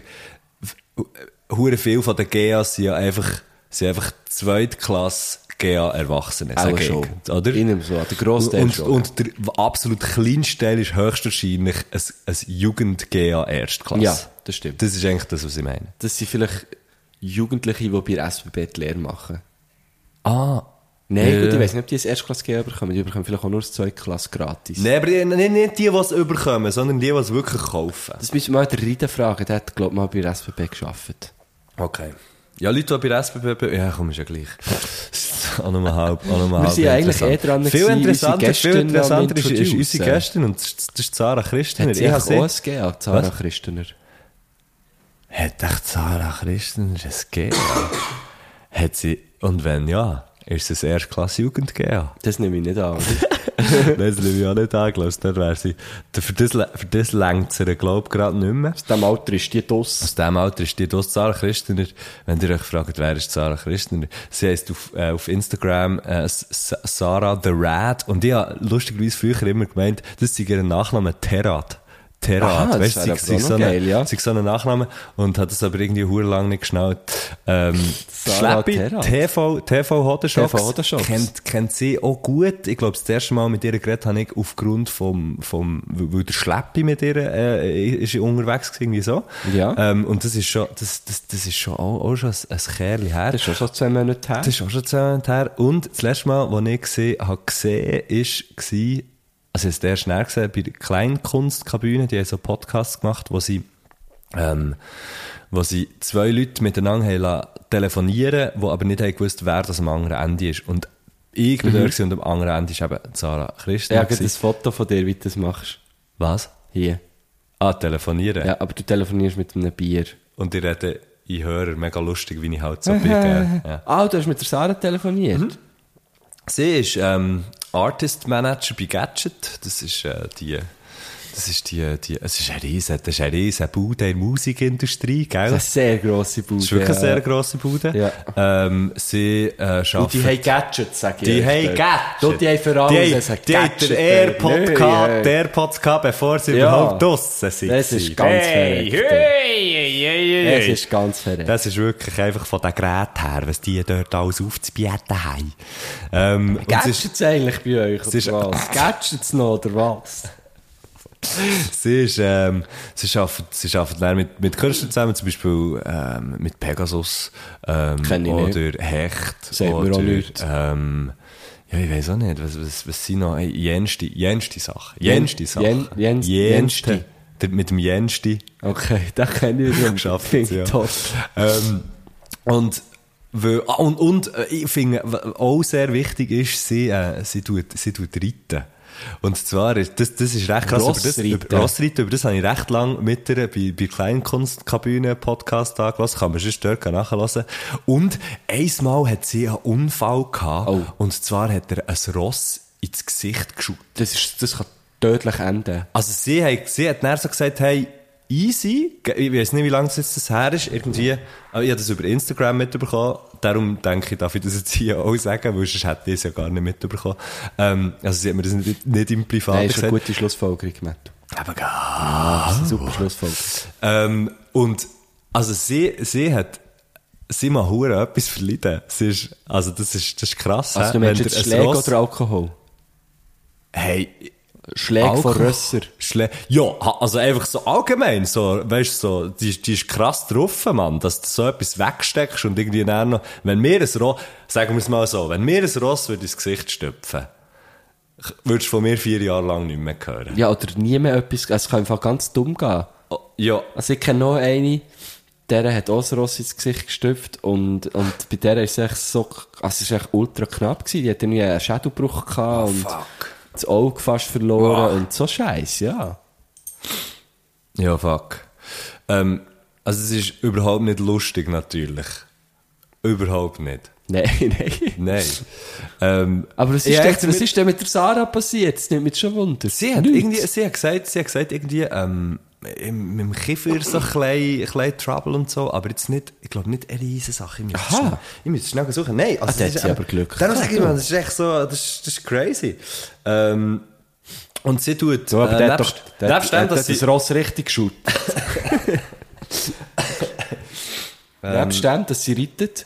hu- hure viel von den GAs sind ja einfach, sind einfach Zweitklasse GA Erwachsene. Auch sag ich, schon. Oder? äh, Ich nehme so an, der grosse Teil und, schon, und der absolut kleinste Teil ist höchstwahrscheinlich ein, ein Jugend-GA Erstklasse. Ja, das stimmt. Das ist eigentlich das, was ich meine. Das sind vielleicht Jugendliche, die bei SBB die Lehre machen. Ah. Nein, Ja. gut, ich weiß nicht, ob die das Erstklasse gegeben bekommen. Die bekommen vielleicht auch nur das Zweitklasse gratis. Nein, aber die- nicht, nicht die, die es überkommen, sondern die, die es wirklich kaufen. Das müssen wir mal den Reiter fragen. Der hat, glaube ich, mal bei der SBB gearbeitet. Okay. Ja, Leute, die bei der SBB... be- Ja, komm, ist ja gleich. (laughs) Auch nochmal halb, auch nochmal Wir halb sind eigentlich interessant. eh dran Viel gewesen, interessanter, unsere viel Gästin interessanter ist, am ist unsere Introducen. Gästin und das ist- das ist Zara Christner. Hat sie Ich habe auch sie... ein gegeben, an Zara Was? Christener? Hat echt Zara Christner es gegeben? Hat sie... Und wenn ja, ist es erstklasse Jugend gegeben? Das nehme ich nicht an. Nein, das nehme ich auch nicht an, glaube ich. Dort wäre sie... Für das, für das längt sie, glaube ich, gerade nicht mehr. Aus dem Alter ist die Doss. Aus dem Alter ist die das Sarah Christner. Wenn ihr euch fragt, wer ist Sarah Christner? Sie heisst auf, äh, auf Instagram äh, S- S- Sarah the Rat. Und ich habe lustigerweise früher immer gemeint, das sei ihr Nachname Terrat. Aha, Terrat. das Weißt du, wäre sie aber auch so, noch geil, ja. sei so ein Nachname und hat das aber irgendwie hure lang nicht geschnallt. Ähm, Sarah Schleppi, Terrat. TV, TV Hodenshops. TV Hodenshops. Kennt, kennt sie auch gut. Ich glaube, das erste Mal mit ihr geredet habe ich aufgrund vom, vom, weil weil der Schleppi mit ihr, äh, ist unterwegs gewesen, irgendwie so. Ja. Ähm, und das ist schon, das, das, das ist schon auch, auch schon ein, ein Kerl her. Das ist schon so zwei Monate her. Das ist auch schon zwei Monate her. Und das letzte Mal, als ich gesehen habe, gesehen, ist, gewesen, also ich habe es erst näher gesehen, bei der Kleinkunstkabine, die haben so Podcasts gemacht, wo sie, ähm, wo sie zwei Leute miteinander haben lassen telefonieren, die aber nicht haben gewusst, wer das am anderen Ende ist. Und ich bin da gewesen und am anderen Ende ist eben Sarah Christen. Mhm. Ja, ich habe das Foto von dir, wie du das machst. Was? Hier. Ah, telefonieren. Ja, aber du telefonierst mit einem Bier. Und die reden in Hörer, mega lustig, wie ich halt (laughs) so bin. gell? Ja. Ah, du hast mit der Sarah telefoniert? Sie ist ähm, Artist Manager bei Gadget. Das ist äh, die. Das ist die, die, es ist ein riesen, das ist ein riesen Bude in der Musikindustrie, gell? Das Das ist eine sehr grosse Bude. ist wirklich eine sehr ja. grosse Bude. Ja. Ähm, sie äh, Und schafft. die haben Gadgets, sag ich. Die euch. haben Dort, Die haben für alles Die, ein die haben Gadget. den AirPod Nö, gehabt, ey. die AirPods gehabt, bevor sie Ja. überhaupt draussen sind. Das ist ganz hey, verrückt. hey, hey, hey, Das hey. ist ganz verrückt. Das ist wirklich einfach von den Geräten her, was die dort alles aufzubieten haben. Ähm, und es ist- Gadgets eigentlich bei euch, oder ist- was? (laughs) Gadgets noch, oder was? (laughs) Sie ist, ähm, sie arbeitet, sie arbeitet dann mit, mit Künstlern zusammen, zum Beispiel, ähm, mit Pegasus, ähm, Kenn ich nicht. oder Hecht, Sagt mir oder, auch nichts. ähm, ja, ich weiß auch nicht, was, was, was sind noch, hey, jenste, jenste Sachen, jenste Jen- Sachen. Jen- Jens- jenste. Jenste. Der, mit dem jenste Okay, da kenne (laughs) ich wiederum. geschafft. Finde ja. ich top. Ähm, und, weil, ah, und, und äh, ich finde, w- auch sehr wichtig ist, sie, äh, sie, tut, sie tut reiten. Und zwar ist, das, das ist recht krass. Rossreiten. Über das, über, Rossreiten, über das habe ich recht lang mit der, bei, bei Kleinkunstkabine Podcast angelassen. Kann man sonst dort nachhören. Und einmal hat sie einen Unfall gehabt. Oh. Und zwar hat er ein Ross ins Gesicht geschaut. Das, ist, das kann tödlich enden. Also sie hat, sie hat dann so gesagt, hey, easy, ich weiß nicht, wie lange es jetzt das her ist, irgendwie, aber ich habe das über Instagram mitbekommen, darum denke ich, darf ich das jetzt hier auch sagen, weil sonst hätte ich es ja gar nicht mitbekommen. Ähm, also sie hat mir das nicht, nicht im Privat Nein, ist eine gesagt. gute Schlussfolgerung, Matt. Aber Das ist eine super Schlussfolgerung. ähm, und, also sie, sie hat, sie mal hure etwas verleiden. Sie ist, also das ist, das ist krass. Also hä? du meinst Wenn jetzt dir ein Schläge Ross- oder Alkohol? Hey, Schläge von Alkohol- Rösser. Schle ja, ha- also einfach so allgemein, so, weißt so, die, die ist krass drauf, Mann, dass du so etwas wegsteckst und irgendwie dann noch, wenn mir ein Ross, sagen wir es mal so, wenn mir ein Ross würde ins Gesicht stüpfen, k- würdest du von mir vier Jahre lang nicht mehr hören. Ja, oder nie mehr etwas. also Es kann einfach ganz dumm gehen. Oh, ja. Also ich kenne noch eine, der hat auch ein Ross ins Gesicht gestüpft und, und bei der ist es echt so, also es war echt ultra knapp gewesen. Die hat irgendwie einen Schädelbruch Ah, gehabt und das Auge fast verloren und so Scheiß, ja. Ja, fuck. Ähm, also es ist überhaupt nicht lustig, natürlich. Überhaupt nicht. Nein, (laughs) nein. Nein. ähm, Aber was ich ist, hab denn, jetzt was ist denn mit der Sarah passiert? Das nimmt mich schon Wunder. Sie hat, Nichts. irgendwie, sie hat gesagt, sie hat gesagt, irgendwie, ähm, im, mit dem Kiefer so klein, klein Trouble und so, aber jetzt nicht, ich glaube nicht eine riesen Sache. Ich muss Aha. schnell- ich muss schnell suchen. Nein, also Ah, da es hat ist sie aber Glück Darum gehabt, sage ich mal, das ist echt so, das ist, das ist crazy. Ähm, und sie tut, Ja, aber äh, der hat doch nebst, der, nebst der, dem, der dass hat sie, das Ross (laughs) richtig geschaut. (laughs) Nebst dem, dass sie reitet.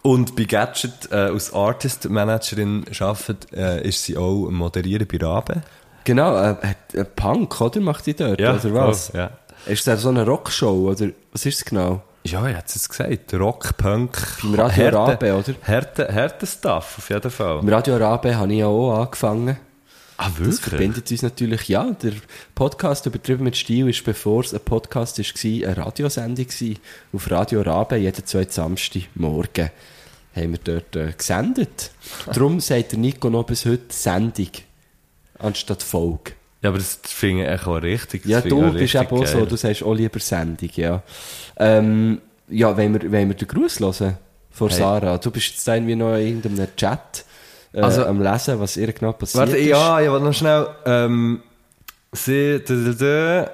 Und bei Gadget äh, als Artist-Managerin arbeitet, äh, ist sie auch am moderieren bei Rabe. Genau, äh, hat- äh, Punk, oder? Macht die dort, oder was? voll, ja. Ist das so eine Rockshow, oder was ist es genau? Ja, ich hätte es gesagt. Rock, Punk, Beim Radio Rabe, oder? Härte, härte Stuff, auf jeden Fall. Im Radio Arabe habe ich ja auch angefangen. Ah, Das verbindet uns natürlich, ja, der Podcast «Übertrieben mit Stil» ist, bevor es ein Podcast war, eine Radiosendung gewesen. auf Radio Rabe, jeden zweiten Samstagmorgen haben wir dort äh, gesendet. Darum sagt der Nico noch bis heute «Sendung» anstatt «Folge». Ja, aber das finde ich echt auch richtig. Das Ja, finde du ich bist richtig eben auch so, geil. du sagst auch lieber Sendung, ja. Ähm, ja, wenn wir, wollen wir den Gruß hören von Hey. Sarah, du bist jetzt irgendwie noch in irgendeinem Chat äh, Also- am Lesen, was ihr genau passiert Warte, ist. ja, ich wollte noch schnell. Ähm, sie. Da, da, da.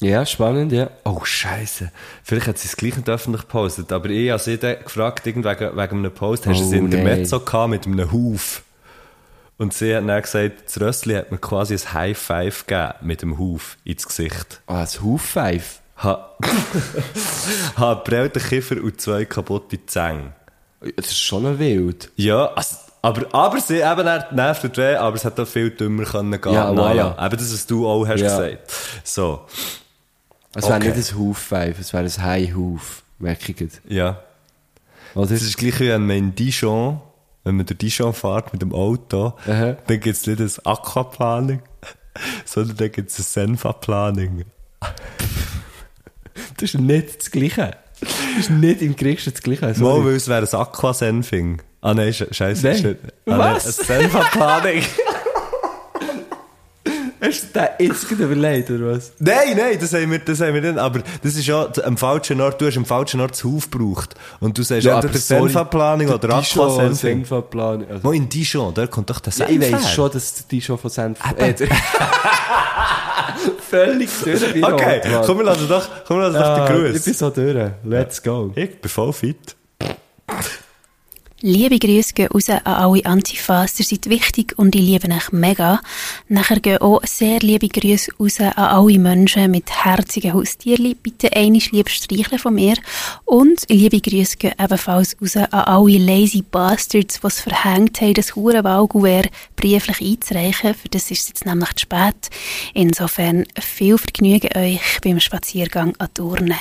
ja, spannend, ja. Oh, Scheiße. Vielleicht hat sie es gleich nicht öffentlich gepostet, aber ich habe sie dann gefragt, irgend wegen, wegen einem Post, hast du Oh, es in der Mezzo gehabt mit einem Huf? Und sie hat dann gesagt, das Rössli hat mir quasi ein High Five gegeben mit dem Huf ins Gesicht. Ah, das Hufeif. Ha, (laughs) ha brellte Kiefer und zwei kaputte Zähne. Das ist schon ein Wild. Ja, also, aber, aber sie eben er nervt und weh, aber es hat auch viel dümmer können gehen. Ja, naja, voilà. eben das, was du auch hast Ja. gesagt. So, Es wäre Okay. nicht ein Hufeif, es wäre ein High-Huf, merke ich gerade. ja. Oder? Das ist gleich wie wenn man in Dijon, wenn man durch Dijon fährt mit dem Auto, Aha. dann gibt es nicht ein Aquaplaning, (laughs) sondern dann gibt es ein Senfa-Planing. Das ist nicht das Gleiche. Das ist nicht im Geringsten das Gleiche. sorry. Mal, weil es wäre ein Aquasenfing. Ah nein, sche- scheiße. Nein. ist nicht- Was? Nein, ein (laughs) Senfa-Planing. Hast du dir den jetzt gerade überlegt, oder was? Nein, nein, das haben wir, das haben wir nicht. Aber das ist ja am falschen Ort. Du hast am falschen Ort das Hauf gebraucht. Und du sagst Ja, aber entweder sorry, Senfa-Planning oder Aquasenfing. Senfa-Plan. Also, Mal in Dijon, da kommt doch der ja, Senf ich her. weiss schon, dass die (laughs) schon von Senf... Äh, der- Völlig durch. bin ich Okay, rot, Mann. komm, wir lassen doch, komm, wir lassen doch Ah, den Gruß. Ich bin so durch. Let's go. Ich bin voll fit. Liebe Grüße gehen raus an alle Antifas, ihr seid wichtig und ich liebe euch mega. Nachher gehen auch sehr liebe Grüße raus an alle Menschen mit herzigen Haustierchen. Bitte einisch lieb streicheln von mir. Und liebe Grüße gehen ebenfalls raus an alle lazy Bastards, die es verhängt haben, das Hurenwahlgouvert brieflich einzureichen. Für das ist es jetzt nämlich zu spät. Insofern viel Vergnügen euch beim Spaziergang an die Urne.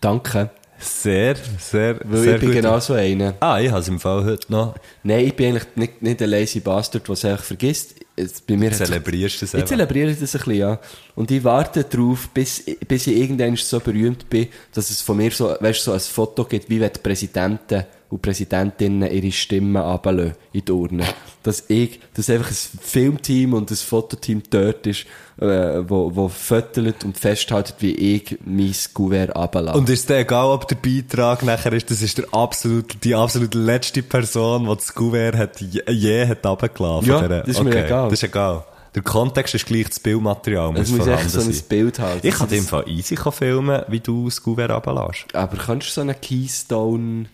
Danke. Sehr, sehr, Weil sehr ich bin gut. genau so einer. Ah, ich habe es im Fall heute noch. Nein, ich bin eigentlich nicht, nicht ein lazy Bastard, der es einfach vergisst. Es- Bei mir hat sich- Zelebrierst du es Ich einfach. zelebriere das ein bisschen, ja. Und ich warte darauf, bis, bis ich irgendwann so berühmt bin, dass es von mir so, weißt, so ein Foto gibt, wie wenn die Präsidenten und Präsidentinnen ihre Stimmen runterlassen in die Urne. Dass ich, dass einfach ein Filmteam und ein Fototeam dort ist, äh, wo, wo fötelt und festhaltet, wie ich mein Kuvert runterlasse. Und ist dir egal, ob der Beitrag nachher ist, das ist der absolut, die absolut letzte Person, die das Kuvert hat, je, je hat runtergelassen. Ja, von dieser- das ist mir egal. Das ist egal. Der Kontext ist gleich, das Bildmaterial muss es muss vorhanden echt so ein sein. Bild haben. Ich Das kann ist- im Fall easy filmen, wie du das Kuvert runterlässt. Aber kannst du so einen Keystone...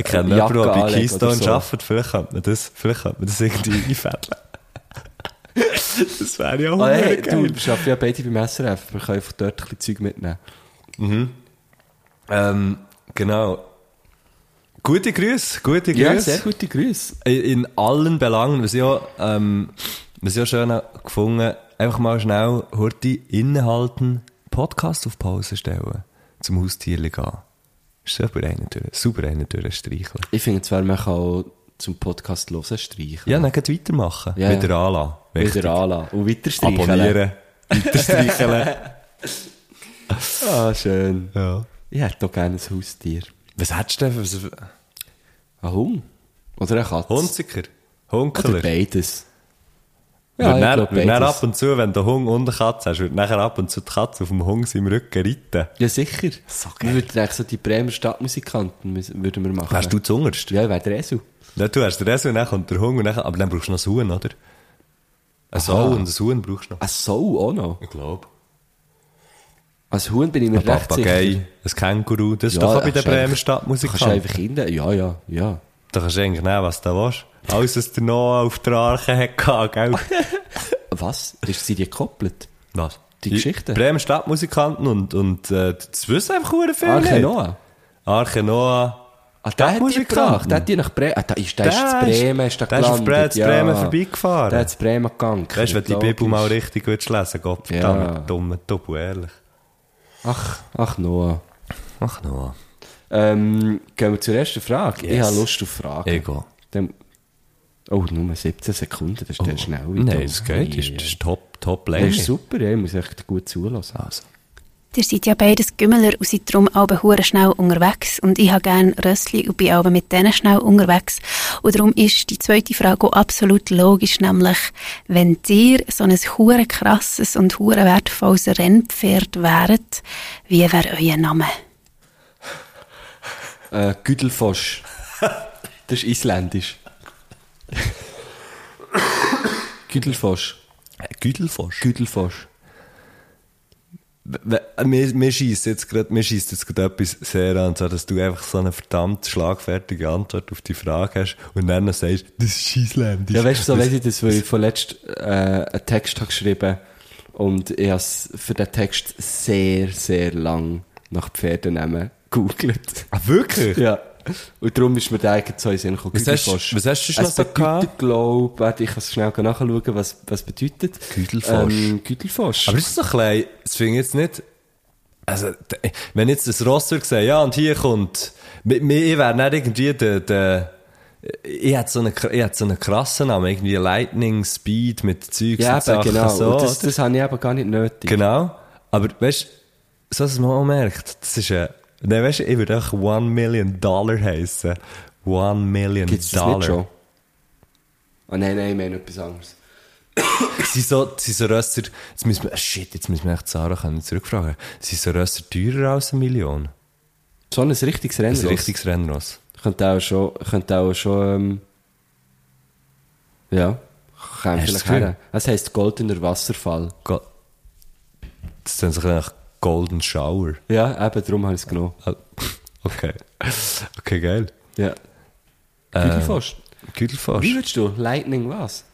Ich kenne Jacke jemanden, der bei anlegen oder Keystone so. arbeitet. Vielleicht könnte man das, vielleicht könnte man das irgendwie (laughs) einfädeln. das wäre ja auch Oh, hey, du, geil. wir arbeiten ja beide beim SRF. Wir können einfach dort ein bisschen Zeug mitnehmen. Ähm, genau. Gute Grüße, gute Grüße. Ja, sehr gute Grüße. in, in allen Belangen, was ja, ähm, was ja schön habe gefunden, einfach mal schnell Horti innehalten, Podcast auf Pause stellen, zum Haustierli gehen. Super einen durch, super einen durchstreicheln. Ich finde zwar, man kann auch zum Podcast hören streichen. Ja, dann geht's weitermachen. Ja, ja. Wieder anlassen. Wichtig. Wieder anlassen und weiter streichen. Abonnieren. Weiterstreicheln. Ah, schön. (laughs) ja. Ich hätte auch gerne ein Haustier. Was hättest du denn für was- Ein Hund? Oder eine Katze? Hunziker? Oder Hunkeler? beides. Ja, ich ja, glaub, dann, dann beides. ab und zu, wenn der Hund und eine Katze hast, wird nachher ab und zu die Katze auf dem Hund im Rücken reiten. Ja, sicher. So geil. wir würden eigentlich so die Bremer Stadtmusikanten müssen- würden wir machen. Wärst du zuunterst? Ja, ich wäre der Esel. Ja, du hast den Esel, dann kommt der Hunger, dann, aber dann brauchst du noch ein Huhn, oder? Ein Sau und ein Huhn brauchst du noch. Ein Soul auch noch. Ich glaube. Als Huhn bin ich mir Ein recht sicher. Papagei, ein Känguru, das ist doch auch bei den kannst Bremer einfach- Kannst du einfach Stadtmusikanten. Kinder? Ja, ja, ja. Da kannst du eigentlich nehmen, was du willst. Alles, was der Noah auf der Arche hatte, (laughs) gell? Was? Ist sie die gekoppelt? Was? Die Geschichten? Bremer Stadtmusikanten und, und äh, das wissen einfach verdammt viel Arche nicht. Noah. Arche Noah. Ah, der hat die Stadtmusikanten. gebracht. Der hat die nach Bremen. Ah, da ist, der, ist Der zu ist- Bremen, ist der der ist auf Bre- gelandet. zu Bremen vorbeigefahren. Der hat zu Bremen gegangen. Weißt du, wenn du die Bibel mal richtig würdest lesen Gott Ja. verdammt, dummer Tobu, ehrlich. Ach, ach Noah. Ach, Noah. Ähm, gehen wir zur ersten Frage. Ich Yes. habe Lust auf Fragen. Ego. Dann, oh, nur 17 Sekunden, das ist der schnell. Oh, Nein, das geht, das ist, das ist top, top Das Länge. ist super, ja, ich muss echt gut zulassen. Also. Ihr seid ja beides Gümmeler und seid darum alle hure schnell unterwegs. Und ich habe gerne Rössli und bin alle mit denen schnell unterwegs. Und darum ist die zweite Frage auch absolut logisch, nämlich, wenn ihr so ein hure krasses und hure wertvolles Rennpferd wäret, wie wäre euer Name? Äh, (laughs) Güdelfosch. das ist isländisch. Güdelfosch. Güdelfosch. Güdelfosch. Wir, wir schießen jetzt gerade wir schiessen jetzt gerade etwas sehr an, so dass du einfach so eine verdammt schlagfertige Antwort auf die Frage hast und dann noch sagst, das ist isländisch. Ja, weißt du, so Das- weiss ich das, weil ich vorletzt äh, einen Text habe geschrieben und ich habe für den Text sehr, sehr lang nach Pferdenamen gegoogelt. Ah, wirklich? ja. (laughs) Und darum ist mir der eigentlich so in den Sinn gekommen. Was hast- Güdelfosch. was hast du sonst Es noch so bedeutet, gehabt? glaube warte, ich kann es schnell nachschauen, was, was bedeutet. Güdelfosch. Ähm, Güdelfosch. Aber das ist so klein, das finde ich jetzt nicht. Also, d- wenn jetzt das Ross würde sagen, ja, und hier kommt. mi- mi- Ich wäre nicht irgendwie der. der ich hätte so einen kr- ich hätte so einen krassen Namen, irgendwie Lightning Speed mit Zeugs ja, und Sachen. eben, genau. So, und das, oder? das habe ich eben gar nicht nötig. genau. Aber weißt du, so dass man auch merkt, das ist ein. Nein, weißt du, ich würde auch One Million Dollar heißen. One Million Gibt es das Dollar. nicht schon? Oh nein, nein, ich meine etwas anderes. Sind so, sind so Rösser, jetzt müssen wir, shit, jetzt müssen wir echt Sarah können zurückfragen. Sind so Rösser teurer als eine Million? So ein richtiges Rennen. Ein richtiges Rennross. Könnte auch schon, könnte auch schon, ähm, ja, käme Hast du das vielleicht Gefühl? her. Es heisst Goldener Wasserfall. Go das sind sich nach Golden Shower. Ja, eben, darum habe ich es genommen. Ah, (laughs) Okay. Okay, geil. Ja. Ähm. Güdelfoss. Wie Güdelfosch. würdest du? Lightning was?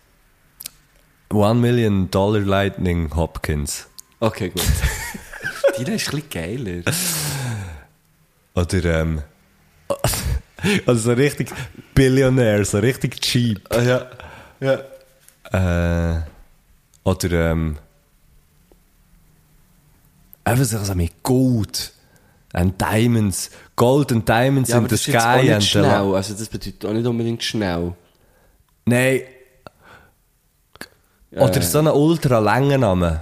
One Million Dollar Lightning Hopkins. Okay, gut. (laughs) Die ist ein bisschen geiler. Oder, ähm, (laughs) also so richtig Billionaire, so richtig cheap. Ah, ja. Ja. Äh, oder, ähm, einfach so so mit Gold. And Diamonds. Gold and Diamonds Ja, in aber the das ist jetzt auch sky nicht and the la- schnell. Also das bedeutet auch nicht unbedingt schnell. Nein. Äh, Oder so einen ultra langen Namen.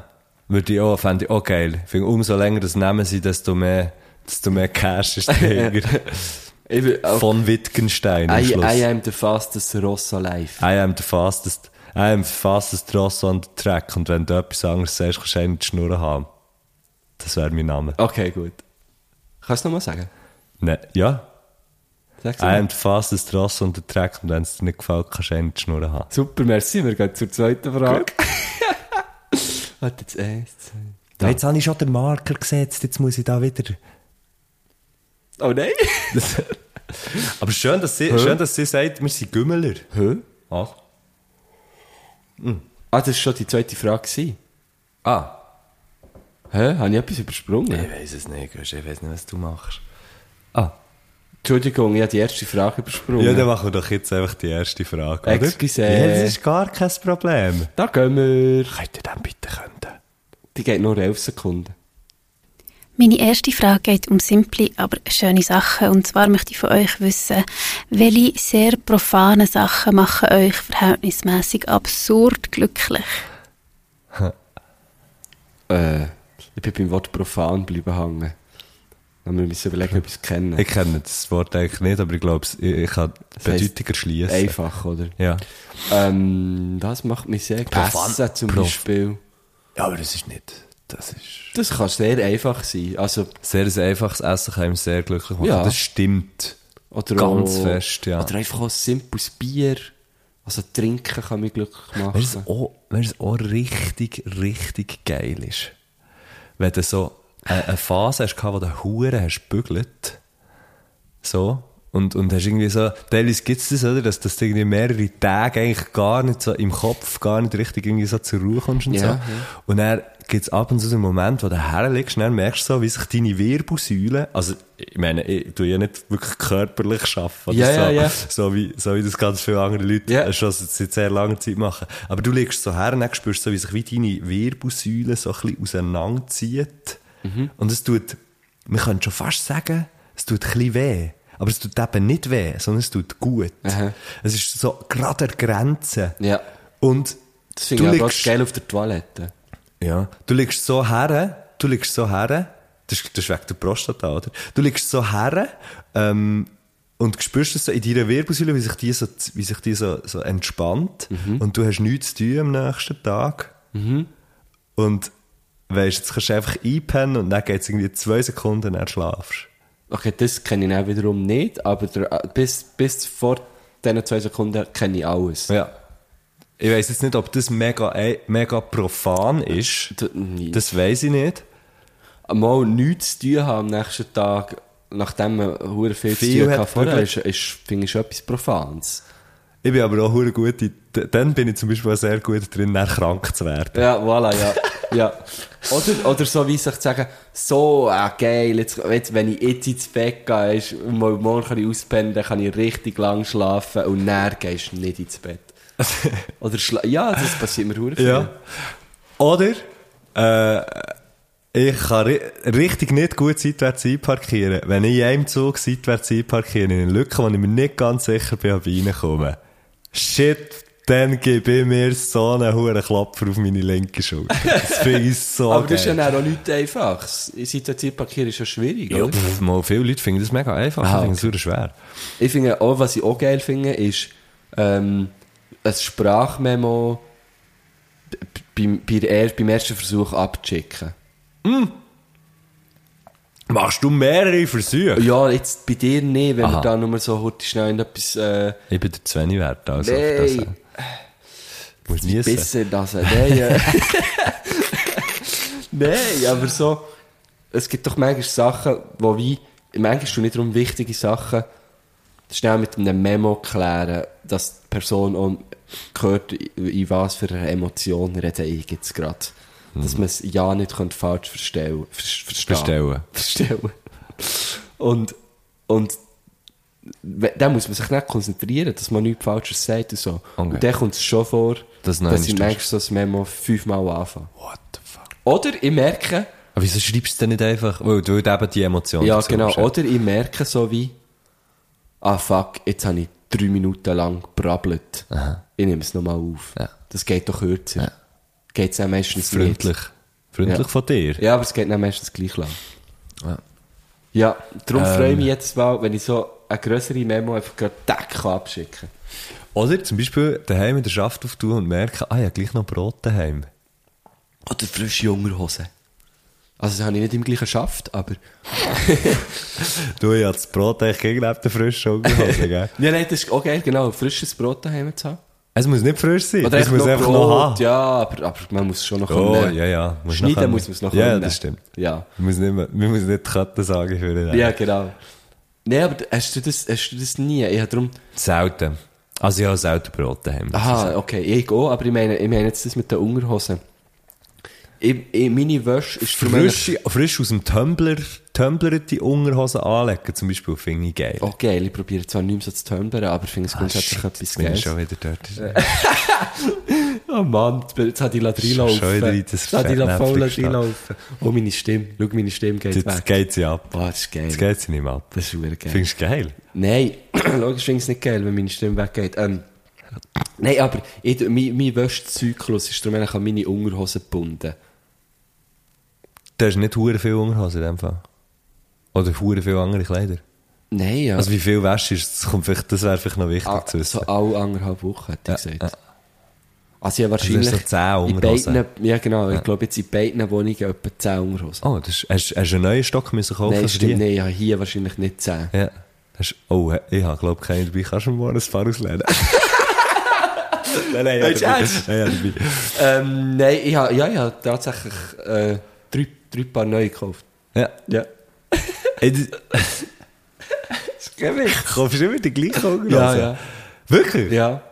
Würde ich auch, fände ich auch (laughs) geil. Ich finde, umso länger das Namen sind, desto mehr, desto mehr Cash ist dahinter. Ich bin, auch- Von Wittgenstein am I, Schluss. I am the fastest Ross alive. I am the fastest, I am the fastest Ross on the track. Und wenn du etwas anderes sagst, kannst du einen die Schnur haben. Das wäre mein Name. Okay, gut. Kannst du nochmal sagen? Ne, ja. Sag's I am nochmal. the fastest Ross on the track. Und wenn es dir nicht gefällt, kannst du einen die Schnur haben. Super, merci. Wir gehen zur zweiten Frage. (laughs) Warte, jetzt eins, zwei. Jetzt habe ich schon den Marker gesetzt, jetzt muss ich da wieder. Oh nein! Aber schön, dass sie, schön, dass sie sagt, wir sind Gümmeler. Hä? Ach. Ah, das war schon die zweite Frage. gewesen. Ah. Hä? Habe ich etwas übersprungen? Ich weiß es nicht, Gusch, ich weiß nicht, was du machst. Entschuldigung, ich habe die erste Frage übersprungen. Ja, dann machen wir doch jetzt einfach die erste Frage. oder? Excuse. Ja, das ist gar kein Problem. da gehen wir. Könnt ihr dann bitte können? Die geht nur 11 Sekunden. Meine erste Frage geht um simple, aber schöne Sachen. Und zwar möchte ich von euch wissen, welche sehr profanen Sachen machen euch verhältnismäßig absurd glücklich? Äh, ich bin beim Wort profan bleiben hängen. Dann müssen wir uns überlegen, ob wir es kennen. Ich kenne das Wort eigentlich nicht, aber ich glaube, ich, ich kann die Das heisst, Bedeutung erschließen. Einfach, oder? Ja. Ähm, das macht mich sehr Profan- Essen zum Prof- Beispiel. ja, aber das ist nicht. Das ist. Das kann sehr einfach sein. Also, Sehr ein einfaches Essen kann einem sehr glücklich machen. Ja. Das stimmt. oder Ganz auch, fest, ja. Oder einfach auch ein simples Bier. Also trinken kann mich glücklich machen. Weißt du, was auch- weißt du, was auch richtig, richtig geil ist? Wenn du so eine, eine Phase hast, gehabt, wo du Huren hast bügelt. So. Und, und hast irgendwie so, teilweise gibt es das, oder? Dass, dass du irgendwie mehrere Tage eigentlich gar nicht so im Kopf, gar nicht richtig irgendwie so zur Ruhe kommst und Ja, so. ja. Und dann gibt es ab und zu so einen Moment, wo du herlegst, und dann merkst du so, wie sich deine Wirbelsäule, also, ich meine, ich tu ja nicht wirklich körperlich arbeiten, oder Ja, so, ja, ja. so wie, so wie das ganz viele andere Leute Ja. äh, schon seit seit sehr langer Zeit machen. Aber du legst so her und dann spürst du so, wie sich wie deine Wirbelsäule so ein bisschen auseinanderzieht. Mhm. Und es tut, man könnte schon fast sagen, es tut ein bisschen weh. Aber es tut eben nicht weh, sondern es tut gut. Aha. Es ist so gerade an der Grenze. Ja. Und Das finde ich aber auch geil auf der Toilette. ja, du liegst so her, du liegst so her, das ist, das ist wegen der Prostata, oder? Du liegst so her ähm, und spürst es so in deiner Wirbelsäule, wie sich die so, wie sich die so, so entspannt und du hast nichts zu tun am nächsten Tag und weißt, jetzt kannst du einfach einpennen und dann geht es irgendwie zwei Sekunden, dann schlafst Okay, das kenne ich auch wiederum nicht, aber der, äh, bis, bis vor diesen zwei Sekunden kenne ich alles. Ja. Ich weiß jetzt nicht, ob das mega, ei- mega profan ist. D- nee. Das weiß ich nicht. mal nichts zu tun haben am nächsten Tag, nachdem man hure viel, Viel zu tun hat hatte vorher, ist, wirklich. ist, finde ich schon etwas Profanes. Ich bin aber auch hure gut, in- d- dann bin ich zum Beispiel auch sehr gut drin, dann krank zu werden. Ja, voilà, ja. (laughs) ja. Oder, oder so wie sich zu sagen, so, ah, geil, jetzt, jetzt, wenn ich jetzt ins Bett gehe, ist, und mal morgen kann ich auspennen, dann kann ich richtig lang schlafen und dann gehst du nicht (laughs) ins Bett. Oder schla ja, das passiert mir hure viel. Ja. Oder, äh, ich kann ri richtig nicht gut seitwärts einparkieren. Wenn ich in einem Zug seitwärts einparkiere, in eine Lücke, wo ich mir nicht ganz sicher bin, ob ich reinkomme. Shit, dann gebe ich mir so einen hohen Klapper auf meine linke Schulter. Das finde (laughs) ich so Aber geil. das ist ja dann auch nichts Einfaches. In Situation parkieren ist ja schwierig, ja, oder? pff, mal, viele Leute finden das mega einfach, Ah, ich finde es super schwer. Ich finde auch, was ich auch geil finde, ist ähm, ein Sprachmemo b- beim, bei der er- beim ersten Versuch abzuschicken. Machst du mehrere Versuche? Ja, jetzt bei dir nicht, wenn Aha. wir da nur so hurtig schnell in etwas äh, Ich bin der Zwenny wert, also. Nein. Das, äh, muss niesen. bisschen das. Nein, äh. (laughs) Nein, aber so. Es gibt doch manchmal Sachen, wo wie. Manchmal ist es nicht darum, wichtige Sachen schnell mit einem Memo klären, dass die Person auch hört, in was für eine Emotion rede ich jetzt gerade. Dass man es ja nicht könnte falsch verstellen ver- verstehen. Verstellen. Verstellen. Und, und we- dann muss man sich nicht konzentrieren, dass man nichts Falsches sagt und so. Okay. Und dann kommt es schon vor, Dass du noch dass ich einmal merkst, dass Memo fünfmal anfange. What the fuck? Oder ich merke, Aber wieso schreibst du denn nicht einfach? Weil du eben die Emotionen ja dazu genau, hast. oder ich merke so wie, ah fuck, jetzt habe ich drei Minuten lang brabbelt. Ich nehme es nochmal auf. Ja. Das geht doch kürzer. Ja. Geht es auch meistens Freundlich. Freundlich Ja. von dir. nicht. Ja, aber es geht dann meistens gleich lang. Ja. Ja, darum Ähm. freue ich mich jetzt mal, wenn ich so eine größere Memo einfach gerade Deck abschicken Oder zum Beispiel daheim in der Schaft auftun und merken, ah ja, gleich noch Brot daheim. Oder frische Jungerhosen. Also, das habe ich nicht im gleichen Schaft, aber. Du, ja, das Brot eigentlich gegen neben der frischen (laughs) Unterhose, gell? Ja, nein, das ist auch geil, genau. Frisches Brot daheim zu haben. Es muss nicht frisch sein, Oder es muss einfach Brot, noch haben. Ja, aber, aber man muss es schon noch Oh, können. ja, ja. Muss noch Schneiden können. muss man es noch Ja, können. das stimmt. Ja, Wir müssen nicht, mehr, wir müssen nicht die Kette sagen für den ja genau. Nein, aber hast du das, hast du das nie? Ich habe darum... Selten. Also ja, selten Brot daheim. Aha, okay, ich auch, aber ich meine, ich meine jetzt das mit den Unterhosen. Ich, ich, meine Wäsche ist für mich... Frisch, frisch aus dem Tumbler, tumblerte Unterhosen anlegen, zum Beispiel, finde ich geil. Oh geil, ich probiere zwar nicht mehr so zu tumbern, aber ich finde es grundsätzlich etwas jetzt Ah, bin geil. Eh, ich schon wieder dort. Oh Mann, jetzt hat ich lassen reinlaufen. Schon wieder in das Jetzt hat ich lassen voll Fettnäpfchen reinlaufen. Oh, meine Stimme. Schau, meine Stimme geht Jetzt weg. geht sie ab. Boah, das ist geil. Jetzt geht sie nicht mehr ab. Das ist super geil. Findest du geil? Nein, (clears throat) logisch finde ich es nicht geil, wenn meine Stimme weggeht. Ähm, nein, aber ich, mein, mein Wäschzyklus ist darum, ich an meine Unterhosen gebunden. Du hast nicht hure viel Unterhose in dem Fall. Oder hure viel andere Kleider. Nein, ja. Also wie viel Wäsche ist, das, kommt vielleicht, das wäre vielleicht noch wichtig Ah, zu so wissen. alle anderthalb Wochen, hätte ich Ja, gesagt. Also ja, wahrscheinlich... Also so 10 in Unterhosen. beiden, Ja, genau. Ich glaube, jetzt in beiden Wohnungen etwa 10 Unterhosen. Oh, das ist, hast, hast du einen neuen Stock müssen kaufen nein, für die? stimmt. Nein, ich habe hier wahrscheinlich nicht 10. Ja. Hast, oh, ich habe glaube keine dabei. Kannst du mir morgen ein paar ausleihen? (laughs) nein, nein, Willst du ja, dabei. eins? Nein, ja, dabei. Ähm, nein, ich habe ja, ich habe tatsächlich äh, drei, drei Paar neue gekauft. Ja. Ja. Ey, (laughs) du- Ja, Kaufst du immer die gleiche Unterhose? ja. Wirklich? Also, ja.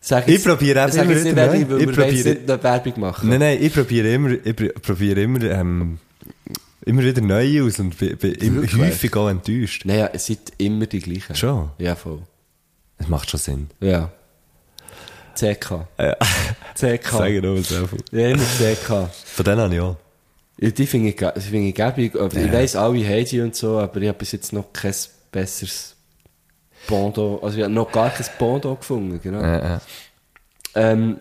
Sag Ich probiere auch sag immer jetzt nicht, wieder Werbung, neu. weil Ich wir wollen jetzt probiere- nicht eine Werbung machen. Nein, nein, ich probiere immer, ich pr- probiere immer, ähm, immer wieder neue aus und bin, bin immer Wirklich? häufig auch enttäuscht. Naja, es sind immer die gleichen. Schon? Ja, voll. Das macht schon Sinn. Ja. CK. (laughs) Ja. CK. Sag ich Äh, nur mal so. Ja, immer CK. Von denen habe ich auch. Ja, die finde ich, ge- die finde ich gäbig. Aber Ich weiss, alle haben die und so, aber ich habe bis jetzt noch kein besseres Bondo, also ich habe noch gar kein Bondo gefunden, genau. Äh, äh. Ähm,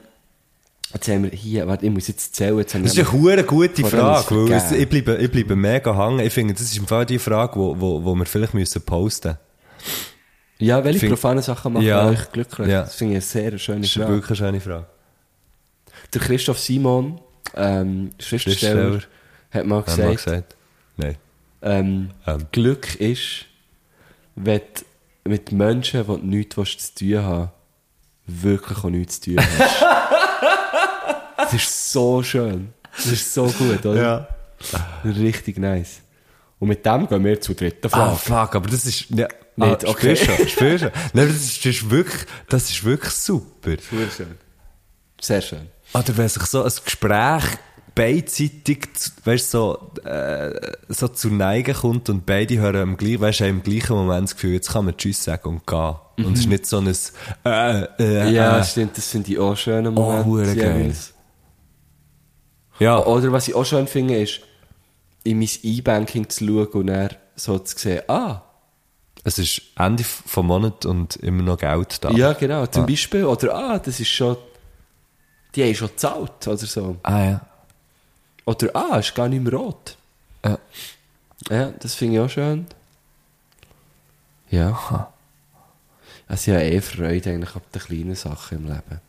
jetzt haben wir hier, warte, ich muss jetzt zählen. Jetzt haben Das ist wir- eine hure gute Von denen ist Frage, weil es, vergeben. ich, bleibe, ich bleibe mega hängen. Ich finde, das ist im Fall die Frage, die wo, wo, wo wir vielleicht müssen posten Ja, welche Find- profanen Sachen machen Ja. euch glücklich? Ja. Das finde ich eine sehr schöne Das ist eine Frage. wirklich eine schöne Frage. Der Christoph Simon, ähm, Schriftsteller, Schriftsteller. hat mal Haben wir mal gesagt, gesagt? Nein. Ähm, Ähm. Glück ist, wenn du mit Menschen, die du nichts willst, zu tun haben, wirklich auch nichts zu tun hast. (laughs) das ist so schön. Das ist so gut, oder? Richtig nice. Und mit dem gehen wir zur dritten Ah, Frage. fuck, aber das ist, ja. Nicht, ah, okay. Spürst schon, spürst schon. Nein, das ist, das ist wirklich, das ist wirklich super. Sehr schön. Sehr schön. Oder wenn Ah, sich so ein Gespräch beidseitig, zu- weißt so, äh, so zu neigen kommt und beide hören im gleichen, weißt, haben im gleichen Moment das Gefühl, jetzt kann man Tschüss sagen und gehen. Und es ist nicht so ein, äh, äh, Mhm. Ja, äh. stimmt, das finde ich auch schön am Moment. hure geil. jeweils. ja. Oder was ich auch schön finde, ist, in mein E-Banking zu schauen und dann so zu sehen, ah, Es ist Ende vom Monat und immer noch Geld da. Ja, genau. Ah. Zum Beispiel, oder, ah, das ist schon, die haben schon gezahlt, oder so. Ah ja. Oder, ah, ist gar nicht mehr rot. Ja. Ja, das finde ich auch schön. Ja. Also, ich habe eh Freude eigentlich ab den kleinen Sachen im Leben.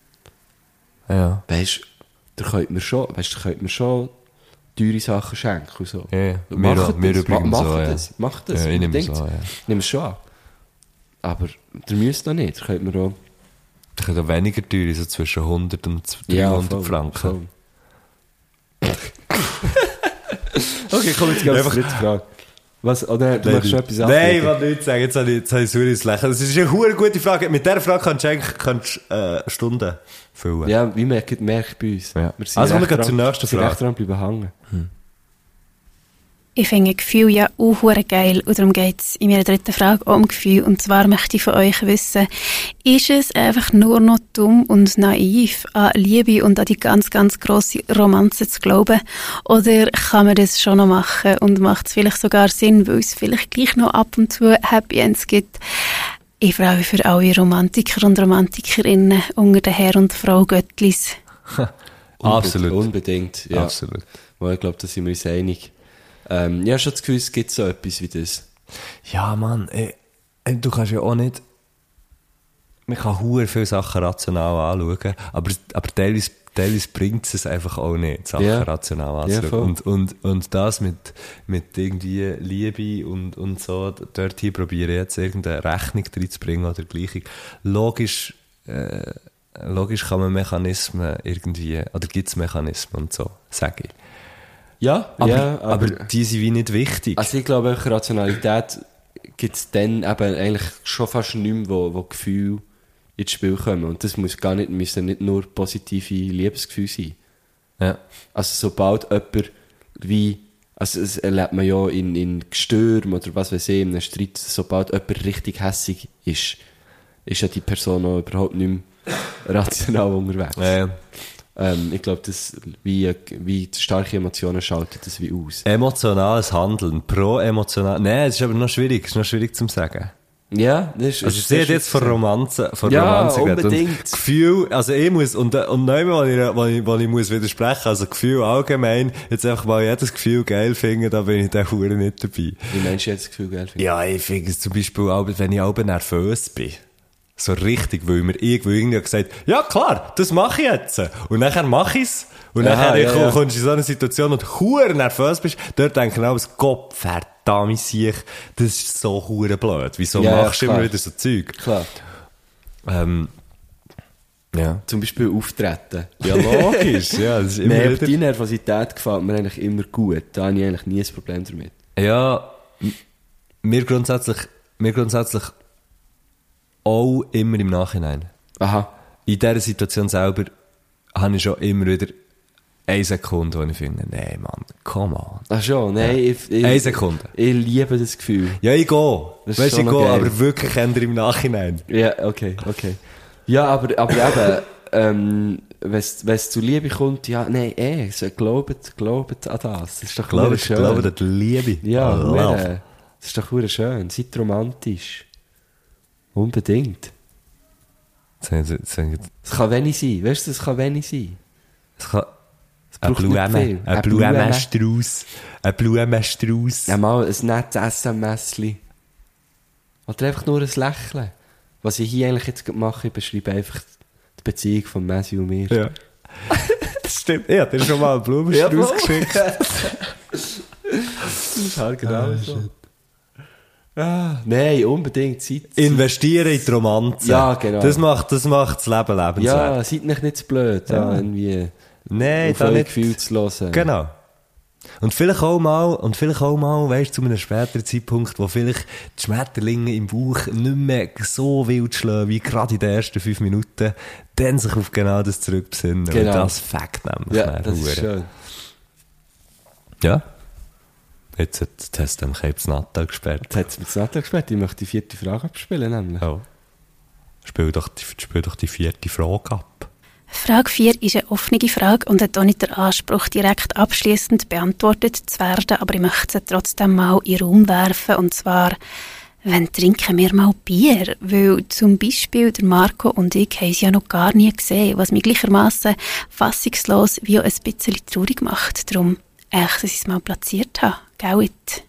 Ja. Weißt du, da könnte man schon, weißt du, da könnte man schon teure Sachen schenken und so. Ja, ja. Macht Wir- das, wir ma- übrigens macht auch, ja. das, macht das. Ja, ich nehme es unbedingt. an, ja. Ich nehme es schon an. Aber, ihr müsst noch nicht, da könnte man auch, Da können auch weniger teuer, so zwischen 100 und 300 voll, Franken. voll. okay, komm, jetzt geht's Einfach- zur Frage. Was, oder du machst schon etwas Nein, ich abgeben? will nichts sagen. Jetzt habe ich, jetzt habe ich sauer ins Lächeln. Das ist eine hure gute Frage. Mit dieser Frage kannst du eigentlich kannst, du, äh, Stunden füllen. Ja, wie merkt, merkt bei uns. Ja. Also, wir recht gehen dran- zur nächsten sind Frage. recht dran bleiben hängen. Ich finde Gefühl ja auch hure geil und darum geht es in meiner dritten Frage auch um Gefühl. Und zwar möchte ich von euch wissen, ist es einfach nur noch dumm und naiv, an Liebe und an die ganz, ganz grosse Romanze zu glauben? Oder kann man das schon noch machen und macht es vielleicht sogar Sinn, weil es vielleicht gleich noch ab und zu Happy Ends gibt? Ich frage für alle Romantiker und Romantikerinnen unter den Herr und Frau Göttlis. Absolut. Unbe- Unbedingt, ja. Absolut. Weil ich glaube, da sind wir uns einig. Ähm, ich habe schon das Gefühl, es gibt so etwas wie das. Ja, Mann. Ey. Und du kannst ja auch nicht. Man kann hure viele Sachen rational anschauen, aber, aber teilweise, teilweise bringt es einfach auch nicht, Sachen Ja. rational Ja, anzuschauen. voll. und, und, und das mit, mit irgendwie Liebe und, und so, dort hier probiere ich jetzt irgendeine Rechnung reinzubringen oder Gleichung. Logisch, äh, logisch kann man Mechanismen irgendwie, oder gibt es Mechanismen und so, sage ich. Ja, Aber, ja, aber, die sind wie nicht wichtig. Also ich glaube, einfach Rationalität gibt es dann eben eigentlich schon fast nicht mehr, wo, wo Gefühle ins Spiel kommen. Und das muss gar nicht, müssen nicht nur positive Liebesgefühle sein. ja. Also sobald jemand wie, also das erlebt man ja in, in Gestürmen oder was weiß ich, in einem Streit, sobald jemand richtig hässig ist, ist ja die Person auch überhaupt nicht mehr rational unterwegs. Ja, ja. Ähm, ich glaube, das, wie, wie starke Emotionen schaltet das wie aus. Emotionales Handeln, pro-emotional. Nein, es ist aber noch schwierig, es ist noch schwierig zu sagen. Ja, das ist... Also das sie hat ist- jetzt von Romanze, von Ja, Romanze geredet. unbedingt. Und Gefühl, also ich muss, und, und neu, wo ich, wo ich, wo ich muss widersprechen, also Gefühl allgemein, jetzt einfach mal jedes Gefühl geil finden, da bin ich dann (laughs) hure nicht dabei. Wie Menschen jetzt das Gefühl, gell? Ja, ich finde es zum Beispiel auch, wenn ich auch nervös bin. So richtig, weil mir irgendwo irgendjemand gesagt hat, ja klar, das mache ich jetzt. Und nachher mache ich es. Und Aha, nachher ja, komm- ja. kommst du in so eine Situation und hure nervös bist. Dort denke ich auch, das Gott verdammt sich, das ist so hure blöd. Wieso Ja, ja, machst du klar. immer wieder so Zeug? Klar. Ähm, ja. (laughs) Zum Beispiel auftreten. Ja, logisch. ja, das ist immer (laughs) Nein, aber wieder- die Nervosität gefällt mir eigentlich immer gut. Da habe ich eigentlich nie ein Problem damit. Ja, m- mir grundsätzlich, mir grundsätzlich auch immer im Nachhinein. Aha. in dieser Situation selber habe ich schon immer wieder eine Sekunde, wo ich finde, nee, Mann, come on. Ach schon, nein. Ich, ich, Eine Sekunde. Ich liebe das Gefühl. Ja, ich gehe. Das ist Weißt du, schon ich noch gehe, geil. aber wirklich ändere im Nachhinein. Ja, (laughs) okay, okay. Ja, aber, aber eben, ähm, wenn es zu Liebe kommt, ja, nein, eh, so, glaubt, glaubt an das. Das ist doch Glaube, verdammt ich schön. glaube, das Liebe. ja, Love. verdammt. das ist doch verdammt schön. Seid romantisch. Unbedingt. Jetzt haben sie- jetzt haben sie- Es kann wenig sein, weißt du, es kann wenig sein. Es kann, ein braucht nicht Blumen, viel. ein Ein Blumen. Blumenstrauß, ein Blumenstrauß. (laughs) Ja, mal ein nettes SMS. Oder einfach nur ein Lächeln. Was ich hier eigentlich jetzt gerade mache, ich beschreibe einfach die Beziehung von Messi und mir. Ja. das stimmt. Ja, der ist schon mal einen Blumenstrauß Jawohl. (laughs) geschickt. ist halt genau so. Ah, nein, unbedingt. Seid, Investieren in die Romanze. Ja, genau. Das macht, das macht das Leben lebenswert. ja, seid nicht, nicht zu blöd, da irgendwie Nein, auf da eure nicht. Gefühle zu hören. Genau. Und vielleicht auch mal, und vielleicht auch mal, weißt, zu einem späteren Zeitpunkt, wo vielleicht die Schmetterlinge im Bauch nicht mehr so wild schlagen, wie gerade in den ersten fünf Minuten, dann sich auf genau das zurückbesinnen. Weil Genau. das fängt nämlich Ja, nachher das ist an. schön. Ja. Jetzt hat das Test am Krebs Natal gesperrt. Jetzt hat es mir das Natter gespielt. Ich möchte die vierte Frage abspielen, nämlich. Ja. Spiel doch, die- spiel doch die vierte Frage ab. Frage 4 ist eine offene Frage und hat auch nicht den Anspruch, direkt abschließend beantwortet zu werden, aber ich möchte sie trotzdem mal in den Raum werfen. Und zwar, wenn trinken wir mal Bier? Weil zum Beispiel der Marco und ich haben sie ja noch gar nie gesehen, was mich gleichermaßen fassungslos wie auch ein bisschen traurig macht. Darum, echt, dass ich es mal platziert habe. Gell? it?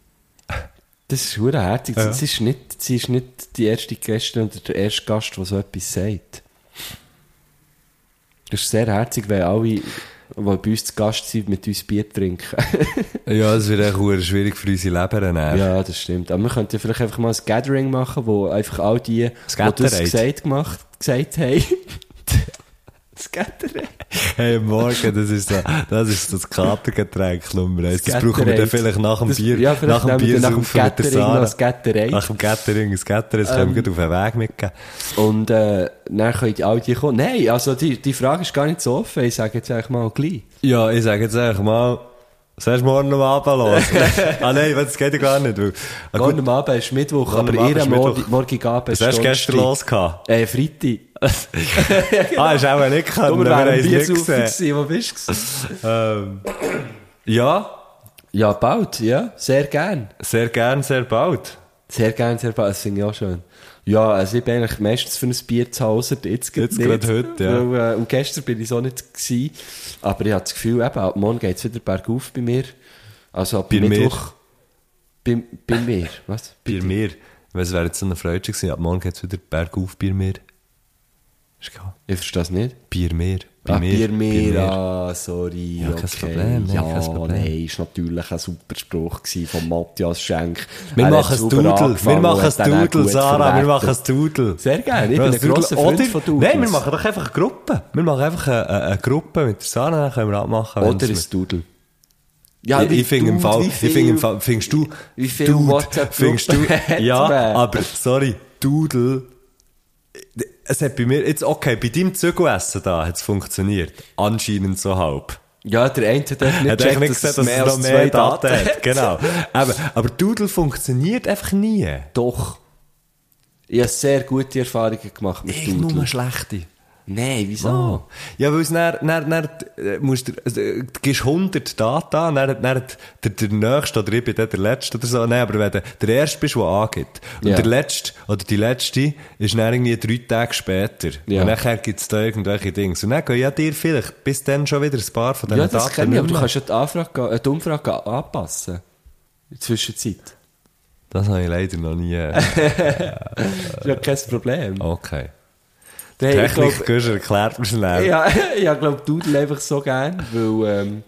Das ist verdammt herzig. Sie- Sie, ist nicht, sie ist nicht die erste Gästin oder der erste Gast, der so etwas sagt. Das ist sehr herzig, wenn alle, die bei uns zu Gast sind, mit uns Bier (laughs) trinken. Ja, es wird echt verdammt schwierig für unsere Leber. Ja. ja, das stimmt. Aber wir könnten vielleicht einfach mal ein Gathering machen, wo einfach all die, Das die das Gatorade. gesagt, gemacht, gesagt haben, (laughs) das Gatorade. (laughs) Hey, morgen, das ist so, das ist das Katergetränk Nummer eins. Das, Das brauchen wir Gatorade. dann vielleicht nach dem Das- Bier, ja, vielleicht nach dem nehmen wir Bier dann nach dem saufen mit der Gathering noch Ähm. Sarah. das Gatorade. Nach dem Gathering, das Gatorade, das können wir gut auf den Weg mitgeben. Und äh, dann können all die kommen. Nein, also die, die Frage ist gar nicht so offen. Ich sage jetzt einfach mal gleich. Ja, ich sage jetzt einfach mal, sollst du morgen noch mal runterlassen? (laughs) ah nein, das geht ja gar nicht, weil, ah, Morgen gut, am Abend ist Mittwoch, Morgen am aber Abend ihr ist am Mittwoch. Morgen, morgen Abend was hast du gestern Donnerstag. los gehabt? Äh, Freitag. (laughs) Genau. Ah, ist auch nicht Du, gekommen, wir wir haben wären es nicht Biersaufen gesehen. gewesen. Wo bist du? gewesen? Ähm, ja, ja, bald, ja. Sehr gern. sehr gern, sehr bald. Sehr gern, sehr bald. Das finde ich auch schön. Ja, also ich bin eigentlich meistens für ein Bier zu Hause, aber jetzt gerade Jetzt nicht. gerade heute, ja. Weil, äh, und gestern bin ich so nicht gewesen. Aber ich habe das Gefühl, eben, ab morgen geht es wieder bergauf bei mir. Also ab Bei mir. Mittwoch. Bei, bei mir, was? Bei mir. Weil es wäre jetzt so eine Freude gewesen, ab morgen geht es wieder bergauf bei mir. Ist klar. Ich verstehe es nicht. Bier mehr. Bei ah, mir, Bier mehr. ah, sorry. Ja, kein okay. Problem, nein, ja, kein Problem. nein, ist natürlich ein super Spruch gewesen von Matthias Schenk. Wir Er machen hat's ein Ah, super Doodle. angefangen Wir und machen hat ein dann auch Doodle, gut Sarah. Wir machen verwertet. ein Doodle. Sehr gerne, ich Wir bin machen ein grosser Doodle. Freund Oder- von Doodles. Nein, wir machen doch einfach eine Gruppe. Wir machen einfach eine, eine, eine Gruppe mit der Sarah, dann können wir abmachen. Oder wenn's- ein Doodle. Ja, ich, ich finde im Fall, ich finde im Fall, findest du, wie viel Dude, WhatsApp-Gruppen findest (laughs) du, hat ja, man? aber sorry, Dudel, es hat bei mir, jetzt okay, bei deinem Zügelessen da hat es funktioniert, anscheinend so halb. Ja, der eine hat einfach nicht Hat eigentlich gecheckt, nicht dass gesehen, dass es es mehr noch als mehr zwei Daten Daten hat, genau. Aber, aber Dudel funktioniert einfach nie. Doch. Ich habe sehr gute Erfahrungen gemacht mit Ich Doodle. nur schlechte. Nein, wieso? Oh. Ja, weil es dann, dann, dann, äh, musst du, äh, du gibst 100 Daten an, dann, dann der, der Nächste oder ich bin dann der Letzte oder so. Nein, aber wenn du der Erste bist, der angibt, und Ja. der Letzte oder die Letzte ist dann irgendwie drei Tage später. Ja. Und nachher gibt es da irgendwelche Dinge. Und dann gehen ja dir vielleicht bis dann schon wieder ein paar von diesen Ja, das Daten kenne ich, aber nicht du mehr. kannst ja die, Anfrage, äh, die Umfrage anpassen. In der Zwischenzeit. Das habe ich leider noch nie. (laughs) äh, Ist ja kein Problem. Okay. Hey, ich Technik, glaube, Gusch, erklärt mir schnell. ja, (laughs) ich glaub, Doodle einfach so gern, weil, ähm,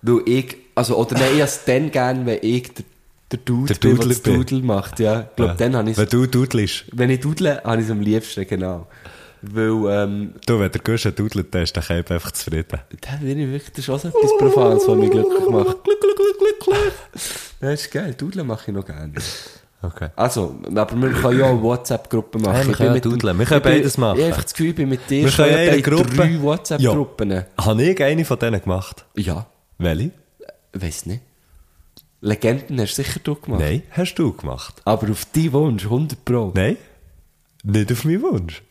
weil ich, also, oder nein, ich habe es dann gern, wenn ich der, der Der Dude bin, der Doodler das bin. Doodle macht, ja. Ich glaube, Ja. dann habe ich Wenn du dudelst. Wenn ich dudle, habe ich es am liebsten, genau. Weil, ähm, Du, wenn der Gusch dudelt, dann ist der Kelb einfach zufrieden. da bin ich wirklich, das ist auch so etwas Profanes, was mich glücklich (laughs) macht. Glück, glück, glück, glück, glück. Ja, ist geil, dudeln mache ich noch gerne. Okay. Also, nou, aber wir können ja eine WhatsApp-Gruppe machen. Hey, wir können Ich bin ja mit dem- dudeln. Wir können ich bin- beides machen. Ich habe einfach das Gefühl, ich bin mit dir Wir können ja etwa eine in Gruppe- drei WhatsApp-Gruppen. Ja. Habe ich eine von denen gemacht? ja, Welche? weiss nicht. Legenden hast sicher du gemacht. Nein, hast du gemacht. Aber auf deinen Wunsch, 100 Pro. Nein, nicht auf meinen Wunsch.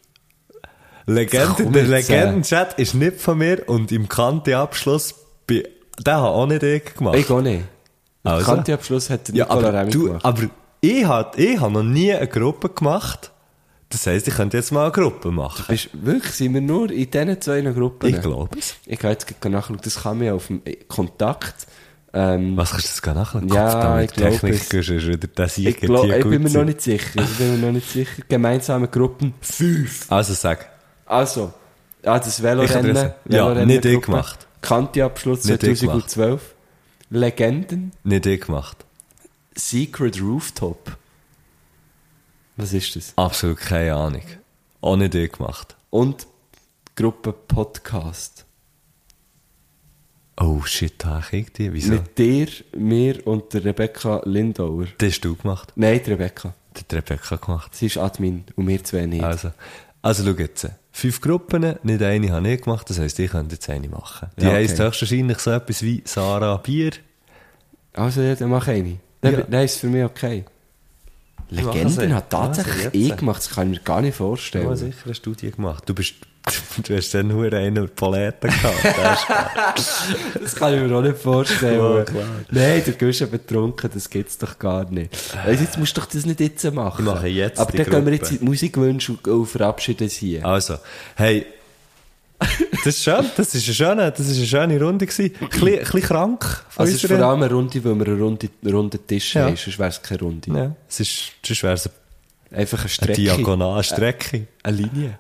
Ach, Legende, komm der jetzt, Legenden-Chat ist nicht von mir und im Kante-Abschluss, bin- den habe auch nicht ich gemacht. Ich auch nicht. Also? Also? Kanti am Schluss hat der ja, Nicola aber, Remi du, gemacht. aber ich habe ich hab noch nie eine Gruppe gemacht. Das heisst, ich könnte jetzt mal eine Gruppe machen. Bist, wirklich, sind wir nur in diesen zwei Gruppen? Ich glaube es. Ich kann jetzt gerade nachschauen, das kann man ja auf dem Kontakt. Ähm, Was kannst du das gar nachschauen? Ja, Kopfdammt, ich glaub Technik es. ist wieder der Sieg. ich, glaub, ich bin mir noch nicht sicher. Ich bin mir noch nicht sicher. Gemeinsame Gruppen. Fünf. Also sag, Also, ah, das Ich Velorennen. kann das- ja, Velorennen- nicht ich Gruppe. gemacht. Kanti-Abschluss Nicht ich 2012. Legenden. nicht ich gemacht. Secret Rooftop. Was ist das? Absolut keine Ahnung. Auch nicht ich gemacht. Und Gruppe Podcast. Oh shit, da hab ich die. Wieso? Mit dir, mir und der Rebecca Lindauer. Das hast du gemacht. Nein, die Rebecca. Das hat Rebecca gemacht. Sie ist Admin und wir zwei nicht. Also, also schau jetzt. Fünf Gruppen, nicht eine habe ich gemacht. Das heisst, ich könnte jetzt eine machen. Die Ja, okay. heisst höchstwahrscheinlich so etwas wie Sarah Bier. Also, ja, dann mach eine. Dann, Ja. dann ist es für mich okay. Machen sie. Legenden hat Machen sie tatsächlich jetzt. eh gemacht, das kann ich mir gar nicht vorstellen. Ja, sicher hast du die gemacht. Du bist... (laughs) Du hast dann nur einen Palette gehabt. (laughs) Das ist- Das kann ich mir auch nicht vorstellen. Nein, du bist ja betrunken, das gibt's doch gar nicht. Also jetzt musst du doch das nicht jetzt machen. Ich mache jetzt Aber die dann gehen wir Gruppe. jetzt in die Musikwünsche und, und verabschieden sie hier. Also, hey, das ist schön, das ist eine schöne, das ist eine schöne Runde gewesen. Chli, chli krank von Also es ist vor unserer- allem eine Runde, weil wir einen runden, runden Tisch Ja. haben, sonst wäre es keine Runde. Ja, es ist, sonst wäre es eine, Einfach eine eine Strecke. Äh, diagonale Strecke. Eine Linie.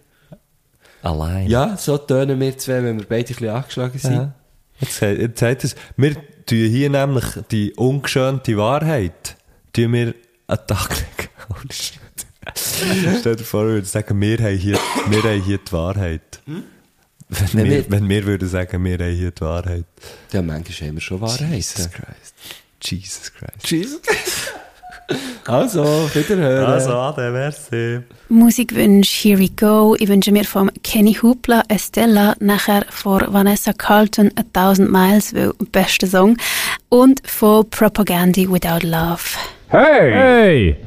Allein. Ja. Ja, so tönen wir zwei, wenn wir beide ein bisschen angeschlagen sind. ja. Jetzt, sagt- jetzt sagt es, wir tun hier nämlich die ungeschönte Wahrheit, tun wir an den Tag legen. (laughs) Holy shit. Stell dir vor, wir würden sagen, wir haben hier, wir haben hier die Wahrheit. Hm? Wenn, Wenn wir, wir- wenn wir würden sagen, wir haben hier die Wahrheit. Ja, manchmal haben wir schon Wahrheiten. Christ. Jesus Christ. Tschüss. (laughs) also, wiederhören. Also, ade, merci. Musikwunsch, here we go. Ich wünsche mir von Kenny Hupla Estella, nachher von Vanessa Carlton A Thousand Miles, weil bester Song, und von Propaganda Without Love. Hey!